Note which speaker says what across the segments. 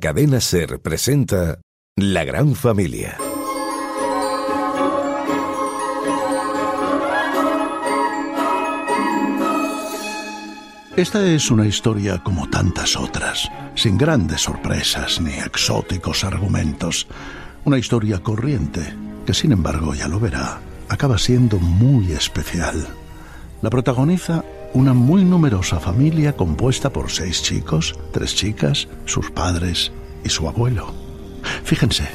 Speaker 1: Cadena Ser presenta La Gran Familia.
Speaker 2: Esta es una historia como tantas otras, sin grandes sorpresas ni exóticos argumentos. Una historia corriente, que sin embargo, ya lo verá, acaba siendo muy especial. La protagoniza una muy numerosa familia compuesta por seis chicos, tres chicas, sus padres y su abuelo. Fíjense,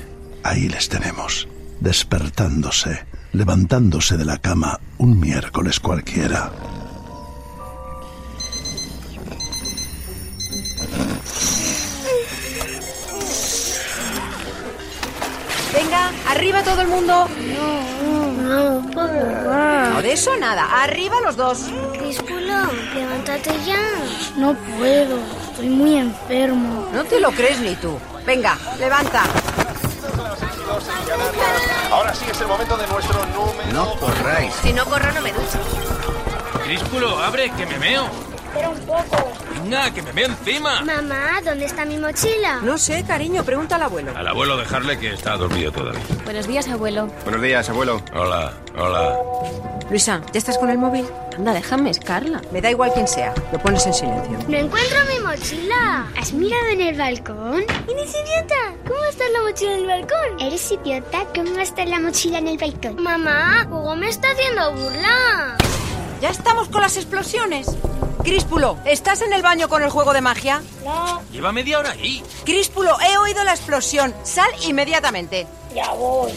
Speaker 2: ahí les tenemos, despertándose, levantándose de la cama un miércoles cualquiera.
Speaker 3: Venga, arriba todo el mundo.
Speaker 4: No, no, papá.
Speaker 3: No de eso nada, arriba los dos.
Speaker 4: Pisculo, levántate ya. No puedo, estoy muy enfermo.
Speaker 3: No te lo crees ni tú. Venga, levanta.
Speaker 5: Ahora sí es el momento de nuestro número.
Speaker 6: No corráis.
Speaker 7: Si no corro, no me ducho.
Speaker 8: Crísculo, abre, que me meo.
Speaker 4: Espera un poco.
Speaker 8: Venga, que me meo encima.
Speaker 4: Mamá, ¿dónde está mi mochila?
Speaker 3: No sé, cariño, pregunta al abuelo.
Speaker 6: Al abuelo dejarle que está dormido todavía.
Speaker 9: Buenos días, abuelo.
Speaker 6: Buenos días, abuelo. Hola, hola.
Speaker 3: Luisa, ¿ya estás con el móvil?
Speaker 9: Anda, déjame, es Carla.
Speaker 3: Me da igual quién sea, lo pones en silencio.
Speaker 4: No encuentro mi mochila. ¿Has mirado en el balcón? ¡Eres idiota! ¿Cómo está la mochila en el balcón? Eres idiota, ¿cómo está la mochila en el balcón? Mamá, Hugo me está haciendo burla.
Speaker 3: Ya estamos con las explosiones. Críspulo, ¿estás en el baño con el juego de magia?
Speaker 4: No,
Speaker 8: Lleva media hora ahí.
Speaker 3: Críspulo, he oído la explosión. Sal inmediatamente.
Speaker 4: ya voy.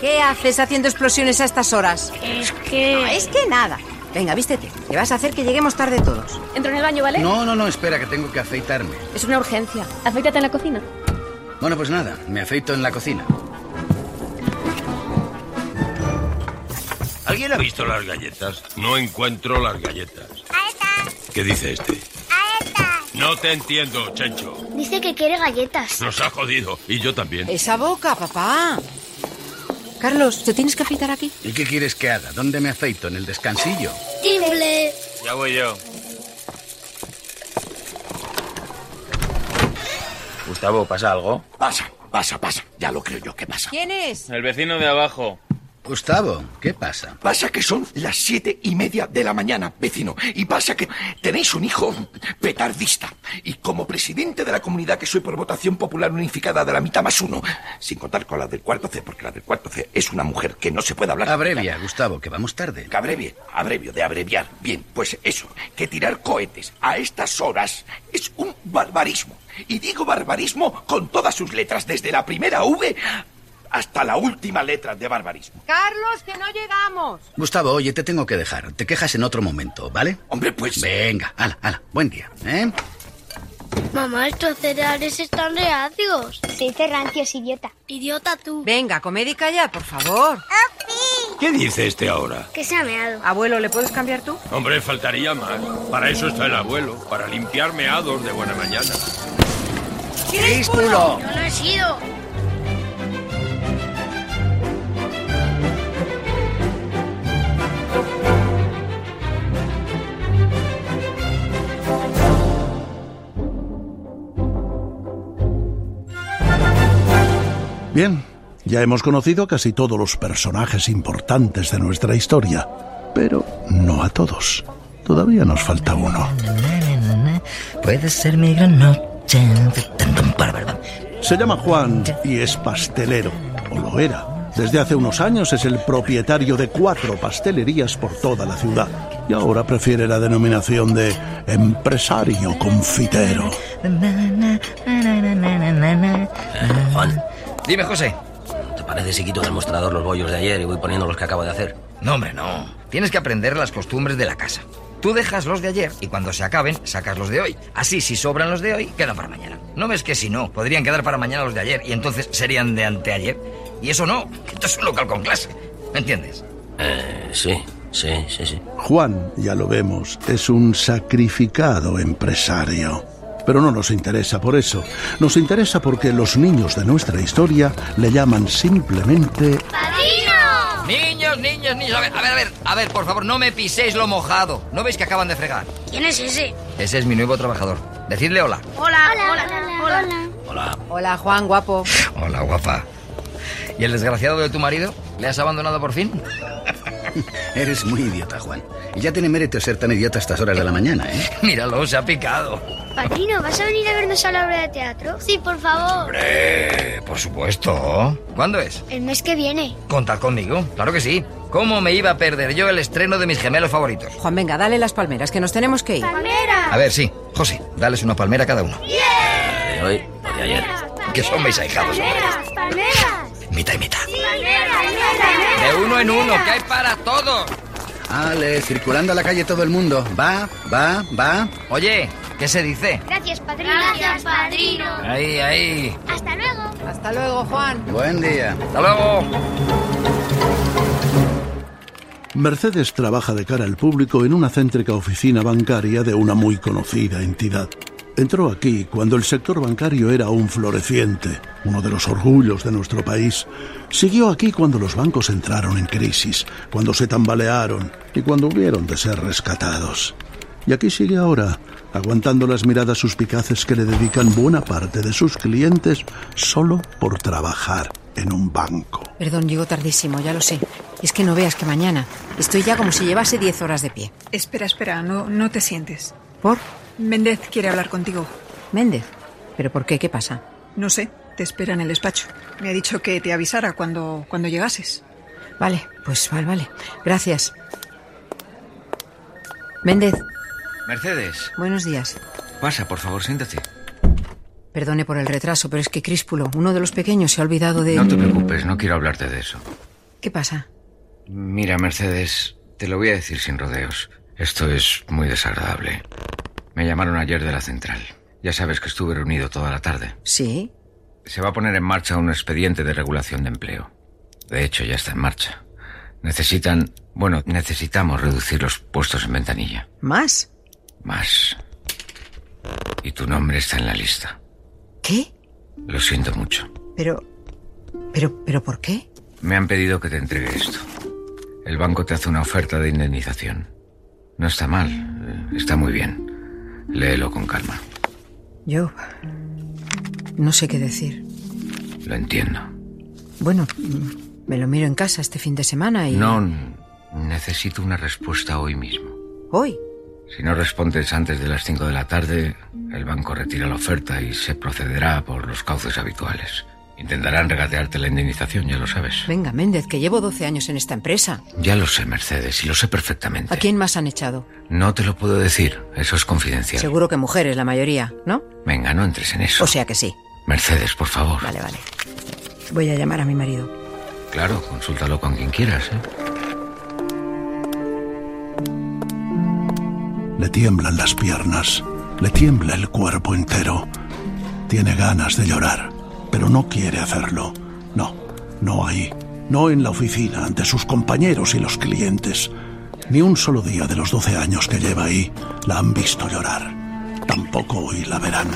Speaker 3: ¿Qué haces haciendo explosiones a estas horas?
Speaker 4: Es que...
Speaker 3: No, es que nada. Venga, vístete, que vas a hacer que lleguemos tarde todos.
Speaker 9: Entro en el baño, ¿vale?
Speaker 6: No, no, no, espera, que tengo que afeitarme.
Speaker 9: Es una urgencia. Afeítate en la cocina.
Speaker 6: Bueno, pues nada, me afeito en la cocina.
Speaker 10: ¿Alguien ha visto las galletas? No encuentro las galletas.
Speaker 4: Ahí está,
Speaker 10: ¿Qué dice este?
Speaker 4: ahí está.
Speaker 10: No te entiendo, Chencho.
Speaker 4: Dice que quiere galletas.
Speaker 10: Nos ha jodido. Y yo también.
Speaker 3: Esa boca, papá. Carlos, ¿te tienes que afeitar aquí?
Speaker 6: ¿Y qué quieres que haga? ¿Dónde me afeito? ¿En el descansillo?
Speaker 4: Timbre.
Speaker 8: Ya voy yo.
Speaker 6: Gustavo, ¿pasa algo?
Speaker 5: Pasa, pasa, pasa. Ya lo creo yo que pasa.
Speaker 3: ¿Quién es?
Speaker 8: El vecino de abajo.
Speaker 6: Gustavo, ¿qué pasa?
Speaker 5: Pasa que son las siete y media de la mañana, vecino. Y pasa que tenéis un hijo petardista. Y como presidente de la comunidad que soy por votación popular unificada de la mitad más uno, sin contar con la del cuarto C, porque la del cuarto C es una mujer que no se puede hablar.
Speaker 6: Abrevia, Gustavo, que vamos tarde.
Speaker 5: Abrevie, abrevio, de abreviar. Bien, pues eso, que tirar cohetes a estas horas es un barbarismo. Y digo barbarismo con todas sus letras, desde la primera V hasta la última letra de barbarismo.
Speaker 3: Carlos, que no llegamos.
Speaker 6: Gustavo, oye, te tengo que dejar. Te quejas en otro momento, ¿vale?
Speaker 5: Hombre, pues...
Speaker 6: Venga, ala, ala. Buen día, ¿eh?
Speaker 4: Mamá, estos cereales están reacios. Se dice rancios, idiota. Idiota tú.
Speaker 3: Venga, comédica ya, por favor.
Speaker 10: ¿Qué dice este ahora?
Speaker 4: Oh, Que se ha meado.
Speaker 3: Abuelo, ¿le puedes cambiar tú?
Speaker 10: Hombre, faltaría más. Para eso está el abuelo, para limpiar meados de buena mañana.
Speaker 6: ¡Crísculo!
Speaker 4: No lo he sido.
Speaker 2: Bien, ya hemos conocido casi todos los personajes importantes de nuestra historia, pero no a todos. Todavía nos falta uno.
Speaker 11: Puede ser mi gran noche. Tan, tan, para, para, para.
Speaker 2: Se llama Juan y es pastelero, o lo era. Desde hace unos años es el propietario de cuatro pastelerías por toda la ciudad y ahora prefiere la denominación de empresario confitero.
Speaker 11: Na, na, na, na, na, na, na, na.
Speaker 12: Juan,
Speaker 6: Dime, José.
Speaker 12: ¿te parece si quito del mostrador los bollos de ayer y voy poniendo los que acabo de hacer?
Speaker 6: No, hombre, no. Tienes que aprender las costumbres de la casa. Tú dejas los de ayer y cuando se acaben, sacas los de hoy. Así, si sobran los de hoy, quedan para mañana. ¿No ves que si no, podrían quedar para mañana los de ayer y entonces serían de anteayer? Y eso no, que esto es un local con clase. ¿Me entiendes?
Speaker 12: Eh, sí, sí, sí, sí.
Speaker 2: Juan, ya lo vemos, es un sacrificado empresario. Pero no nos interesa por eso. Nos interesa porque los niños de nuestra historia le llaman simplemente...
Speaker 4: ¡Padrino!
Speaker 6: Niños, niños, niños. A ver, a ver, a ver, a ver, por favor, no me piséis lo mojado. ¿No veis que acaban de fregar?
Speaker 4: ¿Quién es ese?
Speaker 6: Ese es mi nuevo trabajador. Decidle hola.
Speaker 3: Hola, hola, hola, hola. Hola,
Speaker 6: Hola.
Speaker 3: Juan, guapo.
Speaker 6: Hola, guapa. ¿Y el desgraciado de tu marido? ¿Le has abandonado por fin?
Speaker 8: Eres muy idiota, Juan. Y ya tiene mérito ser tan idiota a estas horas de la mañana, ¿eh?
Speaker 6: Míralo, se ha picado.
Speaker 4: Padrino, ¿vas a venir a vernos a la obra de teatro? Sí, por favor.
Speaker 6: Eh, por supuesto. ¿Cuándo es?
Speaker 4: El mes que viene.
Speaker 6: Contad conmigo, claro que sí. ¿Cómo me iba a perder yo el estreno de mis gemelos favoritos?
Speaker 3: Juan, venga, dale las palmeras, que nos tenemos que ir.
Speaker 4: ¡Palmera!
Speaker 6: A ver, sí. José, dales una palmera a cada uno.
Speaker 13: de hoy o de ayer.
Speaker 6: Que son mis ahijados.
Speaker 4: ¡Palmeras! ¡Palmeras!
Speaker 6: Mitad y mitad.
Speaker 4: ¡Palmeras!
Speaker 6: De uno en uno, que hay para todos.
Speaker 8: Ale, circulando a la calle todo el mundo. Va, va, va.
Speaker 6: Oye, ¿qué se dice?
Speaker 4: Gracias, padrino. Gracias, padrino.
Speaker 6: Ahí, ahí.
Speaker 4: Hasta luego.
Speaker 3: Hasta luego, Juan.
Speaker 8: Buen día.
Speaker 6: Hasta luego.
Speaker 2: Mercedes trabaja de cara al público en una céntrica oficina bancaria de una muy conocida entidad. Entró aquí cuando el sector bancario era aún floreciente, uno de los orgullos de nuestro país. Siguió aquí cuando los bancos entraron en crisis, cuando se tambalearon y cuando hubieron de ser rescatados. Y aquí sigue ahora, aguantando las miradas suspicaces que le dedican buena parte de sus clientes solo por trabajar en un banco.
Speaker 3: Perdón, llego tardísimo, ya lo sé. Es que no veas que mañana. Estoy ya como si llevase 10 horas de pie.
Speaker 7: Espera, espera, no, no te sientes.
Speaker 3: ¿Por?
Speaker 7: Méndez quiere hablar contigo.
Speaker 3: Méndez. ¿Pero por qué? ¿Qué pasa?
Speaker 7: No sé, te espera en el despacho. Me ha dicho que te avisara cuando, cuando llegases.
Speaker 3: Vale, pues vale, vale. Gracias. Méndez,
Speaker 14: Mercedes,
Speaker 3: buenos días.
Speaker 14: pasa, por favor, siéntate.
Speaker 3: Perdone por el retraso, pero es que Críspulo, uno de los pequeños, se ha olvidado de...
Speaker 14: No te preocupes, Pues no quiero hablarte de eso.
Speaker 3: ¿Qué pasa?
Speaker 14: Mira, Mercedes, te lo voy a decir sin rodeos. Esto es muy desagradable. Me llamaron ayer de la central. Ya sabes que estuve reunido toda la tarde.
Speaker 3: Sí.
Speaker 14: Se va a poner en marcha un expediente de regulación de empleo. De hecho, ya está en marcha. Necesitan, bueno, necesitamos reducir los puestos en ventanilla.
Speaker 3: ¿Más?
Speaker 14: Más. Y tu nombre está en la lista.
Speaker 3: ¿Qué?
Speaker 14: Lo siento mucho.
Speaker 3: Pero... Pero, pero, ¿por qué?
Speaker 14: Me han pedido que te entregue esto. El banco te hace una oferta de indemnización. No está mal, eh, está muy bien. Léelo con calma.
Speaker 3: Yo... No sé qué decir.
Speaker 14: Lo entiendo.
Speaker 3: Bueno, mm, me lo miro en casa este fin de semana y...
Speaker 14: No, n- necesito una respuesta hoy mismo.
Speaker 3: Hoy.
Speaker 14: Si no respondes antes de las 5 de la tarde, el banco retira la oferta y se procederá por los cauces habituales. Intentarán regatearte la indemnización, ya lo sabes.
Speaker 3: Venga, Méndez, que llevo 12 años en esta empresa.
Speaker 14: Ya lo sé, Mercedes, y lo sé perfectamente.
Speaker 3: ¿A quién más han echado?
Speaker 14: No te lo puedo decir, eso es confidencial.
Speaker 3: Seguro que mujeres, la mayoría, ¿no?
Speaker 14: Venga, no entres en eso.
Speaker 3: O sea que sí.
Speaker 14: Mercedes, por favor.
Speaker 3: Vale, vale. Voy a llamar a mi marido.
Speaker 14: Claro, consúltalo con quien quieras, ¿eh?
Speaker 2: Le tiemblan las piernas, le tiembla el cuerpo entero. Tiene ganas de llorar, pero no quiere hacerlo. No, no ahí, no en la oficina, ante sus compañeros y los clientes. Ni un solo día de los 12 años que lleva ahí la han visto llorar. Tampoco hoy la verán.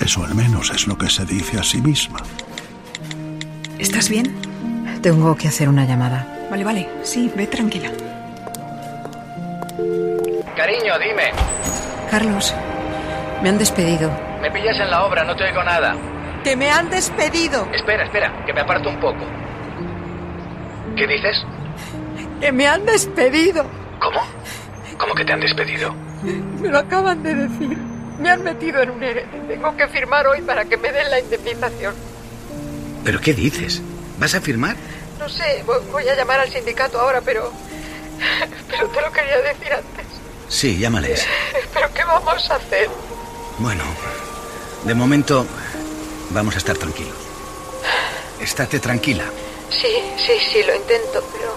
Speaker 2: Eso al menos es lo que se dice a sí misma.
Speaker 7: ¿Estás bien?
Speaker 3: Tengo que hacer una llamada.
Speaker 7: Vale, vale, sí, ve tranquila.
Speaker 15: Cariño, dime.
Speaker 7: Carlos,
Speaker 3: Me han despedido.
Speaker 15: Me pillas en la obra, no te oigo nada.
Speaker 3: ¡Que me han despedido!
Speaker 15: Espera, espera, que me aparto un poco. ¿Qué dices?
Speaker 3: ¡Que Eh, me han despedido!
Speaker 15: ¿Cómo? ¿Cómo que te han despedido?
Speaker 3: Me lo acaban de decir. Me han metido en un ERE. Tengo que firmar hoy para que me den la indemnización.
Speaker 8: ¿Pero qué dices? ¿Vas a firmar?
Speaker 3: No sé, vo- voy a llamar al sindicato ahora, pero... Pero te lo quería decir antes.
Speaker 8: Sí, llámales.
Speaker 3: ¿Pero qué vamos a hacer?
Speaker 8: Bueno, de momento vamos a estar tranquilos. Estate tranquila.
Speaker 3: Sí, sí, sí, lo intento, pero...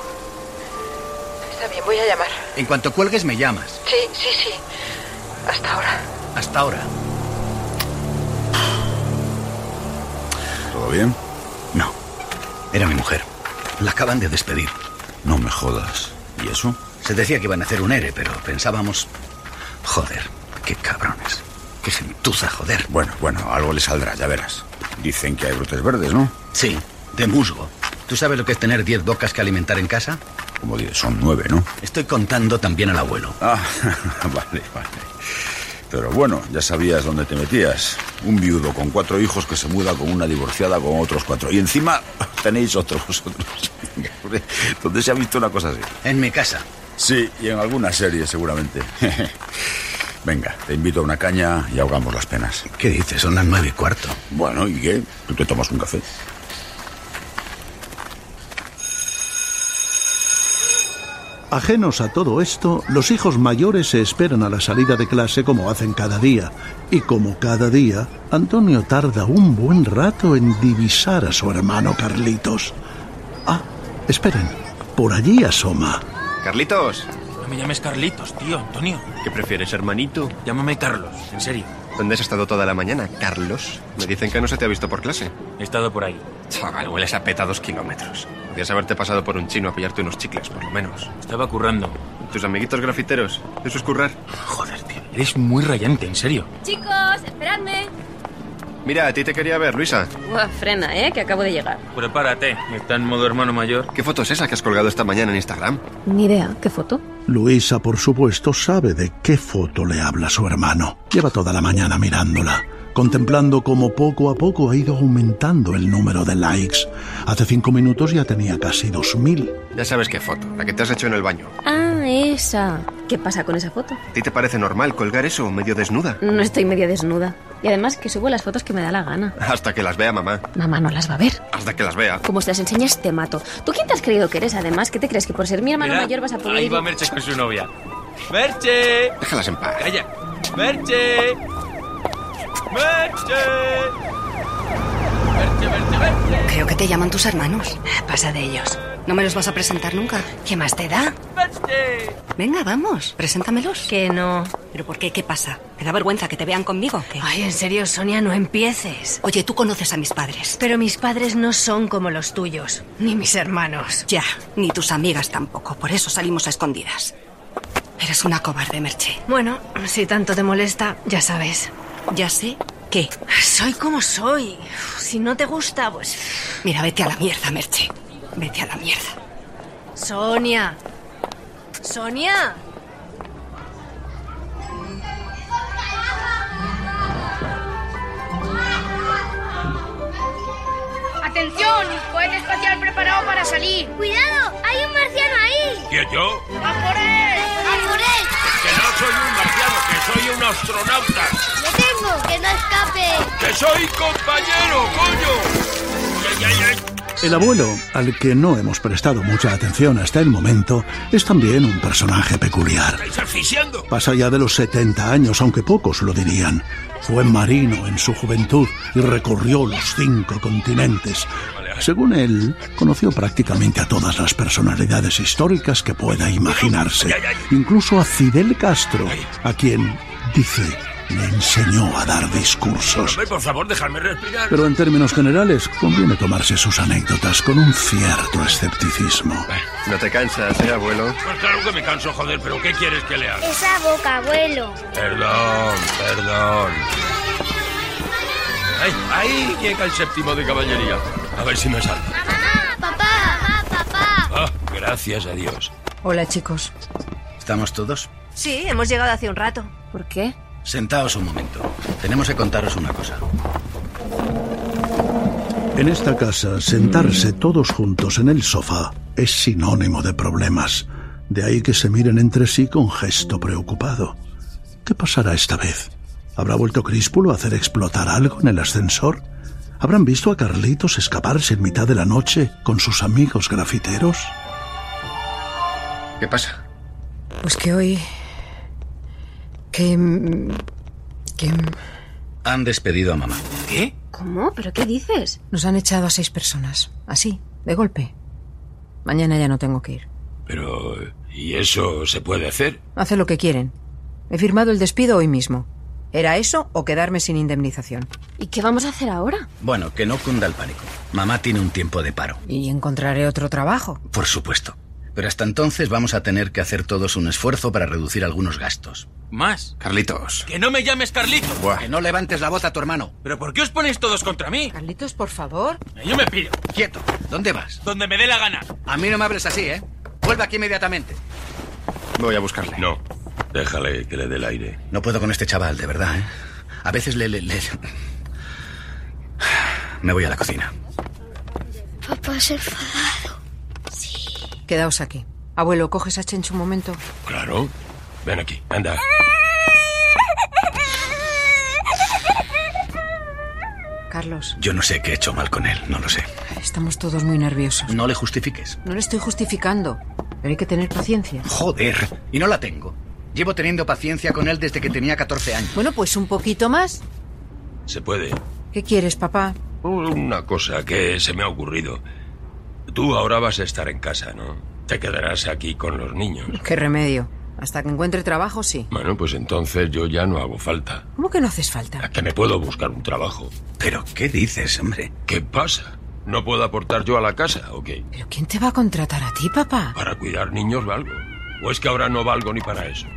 Speaker 3: Está bien, voy a llamar.
Speaker 8: En cuanto cuelgues me llamas.
Speaker 3: Sí, sí, sí. Hasta ahora.
Speaker 8: Hasta ahora.
Speaker 10: ¿Todo bien?
Speaker 8: No. Era mi mujer. La acaban de despedir.
Speaker 10: No me jodas.
Speaker 8: ¿Y eso? Se decía que iban a hacer un ERE, pero pensábamos... Joder, qué cabrones. Qué gentuza, joder.
Speaker 10: Bueno, bueno, algo le saldrá, ya verás. Dicen que hay brotes verdes, ¿no?
Speaker 8: Sí, de musgo. ¿Tú sabes lo que es tener 10 bocas que alimentar en casa?
Speaker 10: Como diez, son nueve, ¿no?
Speaker 8: Estoy contando también al abuelo.
Speaker 10: Ah, vale, vale.
Speaker 16: Pero bueno, ya sabías dónde te metías. Un viudo con cuatro hijos que se muda con una divorciada con otros cuatro. Y encima tenéis otros vosotros. ¿Dónde se ha visto una cosa así?
Speaker 8: En mi casa.
Speaker 16: Sí, y en alguna serie seguramente. Venga, te invito a una caña y ahogamos las penas.
Speaker 8: ¿Qué dices? Son las nueve y cuarto.
Speaker 16: Bueno, ¿y qué? ¿Tú te tomas un café?
Speaker 2: Ajenos a todo esto, los hijos mayores se esperan a la salida de clase como hacen cada día. Y como cada día, Antonio tarda un buen rato en divisar a su hermano Carlitos. Ah, esperen, por allí asoma.
Speaker 17: Carlitos.
Speaker 18: No me llames Carlitos, tío, Antonio.
Speaker 17: ¿Qué prefieres, hermanito?
Speaker 18: Llámame Carlos, en serio.
Speaker 17: ¿Dónde has estado toda la mañana, Carlos? Me dicen que no se te ha visto por clase.
Speaker 18: He estado por ahí.
Speaker 17: Chaval, hueles a peta dos kilómetros. Podías haberte pasado por un chino a pillarte unos chicles, por lo menos.
Speaker 18: Estaba currando.
Speaker 17: ¿Tus amiguitos grafiteros? ¿Eso es currar?
Speaker 18: Joder, tío. Eres muy rayante, en serio.
Speaker 7: Chicos, esperadme.
Speaker 17: Mira, a ti te quería ver, Luisa.
Speaker 7: Buah, frena, ¿eh? Que acabo de llegar.
Speaker 18: Prepárate, está en modo hermano mayor.
Speaker 17: ¿Qué foto es esa que has colgado esta mañana en Instagram?
Speaker 9: Ni idea, ¿qué foto?
Speaker 2: Luisa, por supuesto, sabe de qué foto le habla su hermano. Lleva toda la mañana mirándola, contemplando cómo poco a poco ha ido aumentando el número de likes. Hace cinco minutos ya tenía casi dos mil.
Speaker 17: Ya sabes qué foto, la que te has hecho en el baño.
Speaker 9: Ah, esa. ¿Qué pasa con esa foto?
Speaker 17: ¿A ti te parece normal colgar eso medio desnuda?
Speaker 9: No estoy medio desnuda. Y además que subo las fotos que me da la gana.
Speaker 17: Hasta que las vea mamá.
Speaker 9: Mamá no las va a ver.
Speaker 17: Hasta que las vea.
Speaker 9: Como se las enseñas, te mato. ¿Tú quién te has creído que eres, además? ¿Qué te crees? ¿Que por ser mi hermano
Speaker 18: Mira,
Speaker 9: mayor vas a poder...?
Speaker 18: Ahí va Merche con su novia. ¡Merche!
Speaker 17: Déjalas en paz.
Speaker 18: ¡Calla! ¡Merche! ¡Merche! ¡Merche, Merche, Merche!
Speaker 19: Creo que te llaman tus hermanos. Pasa de ellos. No me los vas a presentar nunca. ¿Qué más te da?
Speaker 18: ¡Merche!
Speaker 19: Venga, vamos, preséntamelos.
Speaker 7: Que no.
Speaker 19: ¿Pero por qué? ¿Qué pasa? ¿Te da vergüenza que te vean conmigo? ¿Qué?
Speaker 7: Ay, en serio, Sonia, no empieces.
Speaker 19: Oye, tú conoces a mis padres.
Speaker 7: Pero mis padres no son como los tuyos, ni mis hermanos.
Speaker 19: Ya, ni tus amigas tampoco. Por eso salimos a escondidas. Eres una cobarde, Merche.
Speaker 7: Bueno, si tanto te molesta, ya sabes.
Speaker 19: Ya sé. ¿Qué?
Speaker 7: Soy como soy. Si no te gusta, pues...
Speaker 19: Mira, vete a la mierda, Merche. Vete a la mierda.
Speaker 7: Sonia. Sonia.
Speaker 20: ¡Atención! ¡Cohete espacial preparado para salir!
Speaker 4: ¡Cuidado! ¡Hay un marciano ahí!
Speaker 10: ¿Y yo?
Speaker 20: ¡A por él!
Speaker 4: ¡A por él!
Speaker 10: Que no soy un marciano, que soy un astronauta.
Speaker 4: ¡Lo tengo! ¡Que no escape!
Speaker 10: ¡Que soy compañero, coño! ¡Ay, ay, ay!
Speaker 2: El abuelo, al que no hemos prestado mucha atención hasta el momento, es también un personaje peculiar.
Speaker 10: ¿Estáis asfixiando?
Speaker 2: Pasa ya de los 70 años, aunque pocos lo dirían. Fue marino en su juventud y recorrió los cinco continentes. Según él, conoció prácticamente a todas las personalidades históricas que pueda imaginarse, incluso a Fidel Castro, a quien, dice, me enseñó a dar discursos.
Speaker 10: Por favor, dejadme respirar.
Speaker 2: Pero en términos generales, conviene tomarse sus anécdotas con un cierto escepticismo.
Speaker 17: No te cansas, ¿eh, abuelo?
Speaker 10: Pues claro que me canso, joder, pero ¿qué quieres que le haga?
Speaker 4: Esa boca, abuelo.
Speaker 10: Perdón, perdón. ¡Ay, ahí llega el séptimo de caballería. A ver si me salva.
Speaker 4: Mamá, papá, mamá, papá.
Speaker 10: Ah, gracias a Dios.
Speaker 3: Hola, chicos.
Speaker 8: ¿Estamos todos?
Speaker 7: Sí, hemos llegado hace un rato.
Speaker 9: ¿Por qué?
Speaker 8: Sentaos un momento. Tenemos que contaros una cosa.
Speaker 2: En esta casa, sentarse todos juntos en el sofá es sinónimo de problemas. De ahí que se miren entre sí con gesto preocupado. ¿Qué pasará esta vez? ¿Habrá vuelto Críspulo a hacer explotar algo en el ascensor? ¿Habrán visto a Carlitos escaparse en mitad de la noche con sus amigos grafiteros?
Speaker 17: ¿Qué pasa?
Speaker 3: Pues que hoy que... que...
Speaker 8: Han despedido a mamá.
Speaker 18: ¿Qué?
Speaker 9: ¿Cómo? ¿Pero qué dices?
Speaker 3: Nos han echado a seis personas. Así, de golpe. Mañana ya no tengo que ir.
Speaker 10: Pero... ¿Y eso se puede hacer?
Speaker 3: Hace lo que quieren. He firmado el despido hoy mismo. ¿Era eso o quedarme sin indemnización?
Speaker 9: ¿Y qué vamos a hacer ahora?
Speaker 8: Bueno, que no cunda el pánico. Mamá tiene un tiempo de paro.
Speaker 3: ¿Y encontraré otro trabajo?
Speaker 8: Por supuesto. Pero hasta entonces vamos a tener que hacer todos un esfuerzo para reducir algunos gastos.
Speaker 18: ¿Más?
Speaker 8: Carlitos.
Speaker 18: ¡Que no me llames Carlitos!
Speaker 8: Buah. Que no levantes la voz a tu hermano.
Speaker 18: ¿Pero por qué os ponéis todos contra mí? Eh,
Speaker 3: Carlitos, por favor.
Speaker 18: Yo me pido.
Speaker 8: Quieto. ¿Dónde vas?
Speaker 18: Donde me dé la gana.
Speaker 8: A mí no me hables así, ¿eh? Vuelve aquí inmediatamente.
Speaker 17: Voy a buscarle.
Speaker 10: No.
Speaker 21: Déjale que le dé el aire.
Speaker 8: No puedo con este chaval, de verdad, ¿eh? A veces le, le- le- Me voy a la cocina.
Speaker 4: Papá se enfada.
Speaker 1: Quedaos aquí. Abuelo, ¿coges a Chencho un momento?
Speaker 10: Claro. Ven aquí, anda.
Speaker 1: Carlos,
Speaker 8: Yo no sé qué he hecho mal con él, no lo sé.
Speaker 1: estamos todos muy nerviosos.
Speaker 8: No le justifiques.
Speaker 1: No lo estoy justificando, pero hay que tener paciencia.
Speaker 8: Joder, y no la tengo. Llevo teniendo paciencia con él desde que tenía 14 años.
Speaker 1: Bueno, pues un poquito más.
Speaker 10: Se puede.
Speaker 1: ¿Qué quieres, papá?
Speaker 10: Una cosa que se me ha ocurrido. Tú ahora vas a estar en casa, ¿no? Te quedarás aquí con los niños.
Speaker 1: ¿Qué remedio? Hasta que encuentre trabajo, sí.
Speaker 10: Bueno, pues entonces yo ya no hago falta.
Speaker 1: ¿Cómo que no haces falta?
Speaker 10: Que me puedo buscar un trabajo.
Speaker 8: ¿Pero qué dices, hombre?
Speaker 10: ¿Qué pasa? ¿No puedo aportar yo a la casa o qué?
Speaker 1: ¿Pero quién te va a contratar a ti, papá?
Speaker 10: Para cuidar niños valgo. ¿O es que ahora no valgo ni para eso?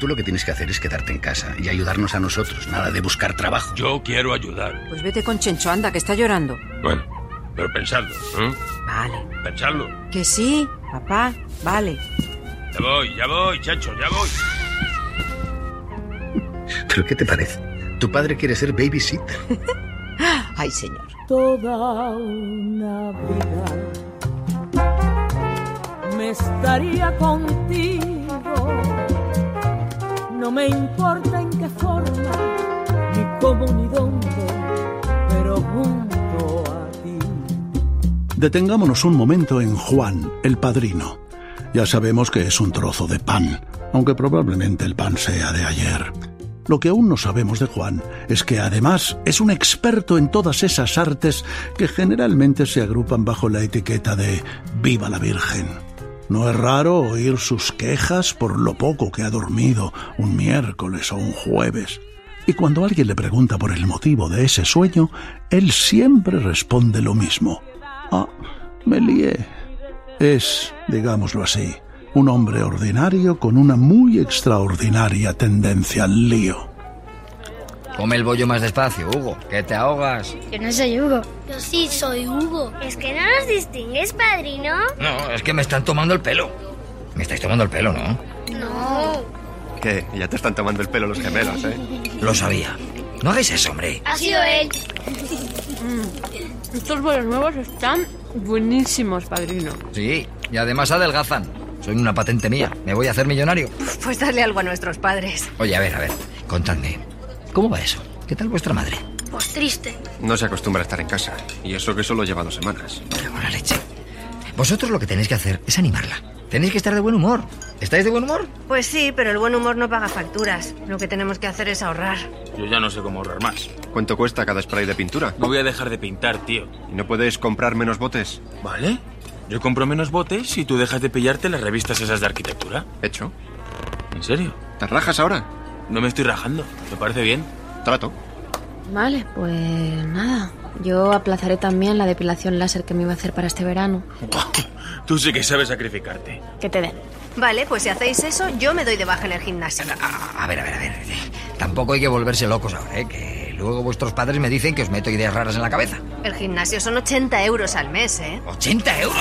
Speaker 8: Tú lo que tienes que hacer es quedarte en casa y ayudarnos a nosotros, nada de buscar trabajo.
Speaker 10: Yo quiero ayudar.
Speaker 1: Pues vete con Chencho, anda, que está llorando.
Speaker 10: Bueno, pero pensadlo, ¿eh?
Speaker 1: Vale.
Speaker 10: Pensadlo.
Speaker 1: Que sí, papá, vale.
Speaker 10: Ya voy, ya voy, chacho, ya voy.
Speaker 8: ¿Pero qué te parece? Tu padre quiere ser babysitter.
Speaker 18: Ay, señor. Toda una vida me estaría contigo. No me importa en qué forma, ni cómo ni dónde, pero junto a ti.
Speaker 2: Detengámonos un momento en Juan, el padrino. Ya sabemos que es un trozo de pan, aunque probablemente el pan sea de ayer. Lo que aún no sabemos de Juan es que además es un experto en todas esas artes que generalmente se agrupan bajo la etiqueta de Viva la Virgen. No es raro oír sus quejas por lo poco que ha dormido un miércoles o un jueves. Y cuando alguien le pregunta por el motivo de ese sueño, él siempre responde lo mismo. Ah, me lié. Es, digámoslo así, un hombre ordinario con una muy extraordinaria tendencia al lío.
Speaker 6: Come el bollo más despacio, Hugo, que te ahogas.
Speaker 4: Yo no soy Hugo. Yo sí soy Hugo. Es que no nos distingues, padrino.
Speaker 6: No, es que me están tomando el pelo. Me estáis tomando el pelo, ¿no?
Speaker 4: No.
Speaker 22: ¿Qué? Ya te están tomando el pelo los gemelos, ¿eh?
Speaker 6: Lo sabía. No hagáis eso, hombre.
Speaker 4: Ha sido él.
Speaker 23: Mm. Estos bolos nuevos están buenísimos, padrino.
Speaker 6: Sí, y además adelgazan. Soy una patente mía. Me voy a hacer millonario.
Speaker 7: Pues dale algo a nuestros padres.
Speaker 6: Oye, a ver, a ver, contadme. ¿Cómo va eso? ¿Qué tal vuestra madre?
Speaker 4: Pues triste.
Speaker 22: No se acostumbra a estar en casa. Y eso que solo lleva dos semanas.
Speaker 6: Buena leche. Vosotros lo que tenéis que hacer es animarla. Tenéis que estar de buen humor. ¿Estáis de buen humor?
Speaker 7: Pues sí, pero el buen humor no paga facturas. Lo que tenemos que hacer es ahorrar.
Speaker 22: Yo ya no sé cómo ahorrar más.
Speaker 10: ¿Cuánto cuesta cada spray de pintura?
Speaker 22: No voy a dejar de pintar, tío.
Speaker 10: ¿Y no puedes comprar menos botes?
Speaker 22: ¿Vale? Yo compro menos botes si tú dejas de pillarte las revistas esas de arquitectura. Hecho. ¿En serio? ¿Te rajas ahora? No me estoy rajando. Me parece bien. Trato.
Speaker 9: Vale, pues nada. Yo aplazaré también la depilación láser que me iba a hacer para este verano.
Speaker 10: Tú sí que sabes sacrificarte.
Speaker 9: Que te den.
Speaker 7: Vale, pues si hacéis eso, yo me doy de baja en el gimnasio.
Speaker 6: A ver, a ver, a ver. Tampoco hay que volverse locos ahora, ¿eh? Que luego vuestros padres me dicen que os meto ideas raras en la cabeza.
Speaker 7: El gimnasio son 80 euros al mes, ¿eh?
Speaker 6: ¿80 euros?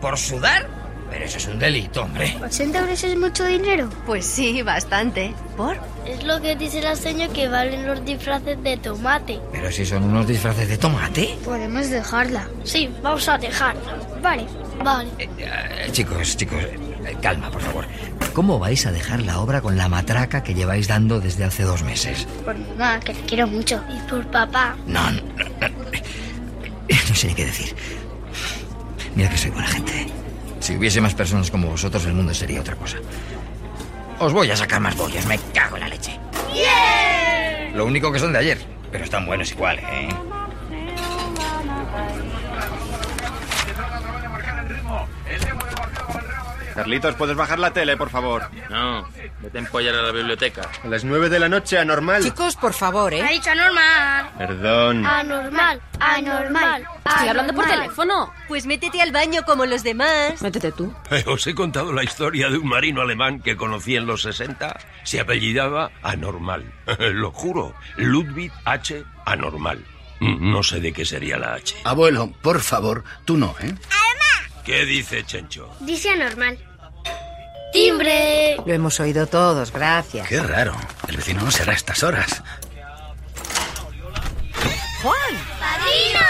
Speaker 6: ¿Por sudar? Pero eso es un delito, hombre.
Speaker 7: ¿80 euros es mucho dinero? Pues sí, bastante. ¿Por?
Speaker 4: Es lo que dice la señora que valen los disfraces de tomate.
Speaker 6: Pero si son unos disfraces de tomate.
Speaker 4: Podemos dejarla. Sí, vamos a dejarla. Vale, vale.
Speaker 6: Eh, chicos, chicos, eh, calma, por favor. ¿Cómo vais a dejar la obra con la matraca que lleváis dando desde hace dos meses?
Speaker 4: Por mamá, que te quiero mucho. Y por papá.
Speaker 6: No, no, no, no. No sé ni qué decir. Mira que soy buena gente. ¿eh? Si hubiese más personas como vosotros, el mundo sería otra cosa. Os voy a sacar más bollos, me cago en la leche. Lo único que son de ayer, pero están buenos igual, ¿eh?
Speaker 10: Carlitos, ¿puedes bajar la tele, por favor? No, vete a empollar a la biblioteca.
Speaker 22: A las nueve de la noche, anormal.
Speaker 1: Chicos, por favor, ¿eh?
Speaker 4: Ha dicho anormal.
Speaker 22: Perdón.
Speaker 4: Mm. Anormal, anormal.
Speaker 3: Estoy hablando por
Speaker 4: anormal.
Speaker 3: teléfono.
Speaker 7: Pues métete al baño como los demás.
Speaker 3: Métete tú.
Speaker 10: Eh, Os he contado la historia de un marino alemán que conocí en los 60. Se apellidaba Anormal. Lo juro. Ludwig H. Anormal. Mm, No sé de qué sería la H.
Speaker 8: Abuelo, por favor, tú no, ¿eh?
Speaker 10: ¿Qué dice Chencho?
Speaker 4: Dice anormal.
Speaker 24: ¡Timbre!
Speaker 3: Lo hemos oído todos, gracias.
Speaker 8: Qué raro. El vecino no será a estas horas.
Speaker 3: ¡Juan!
Speaker 24: ¡Padrino!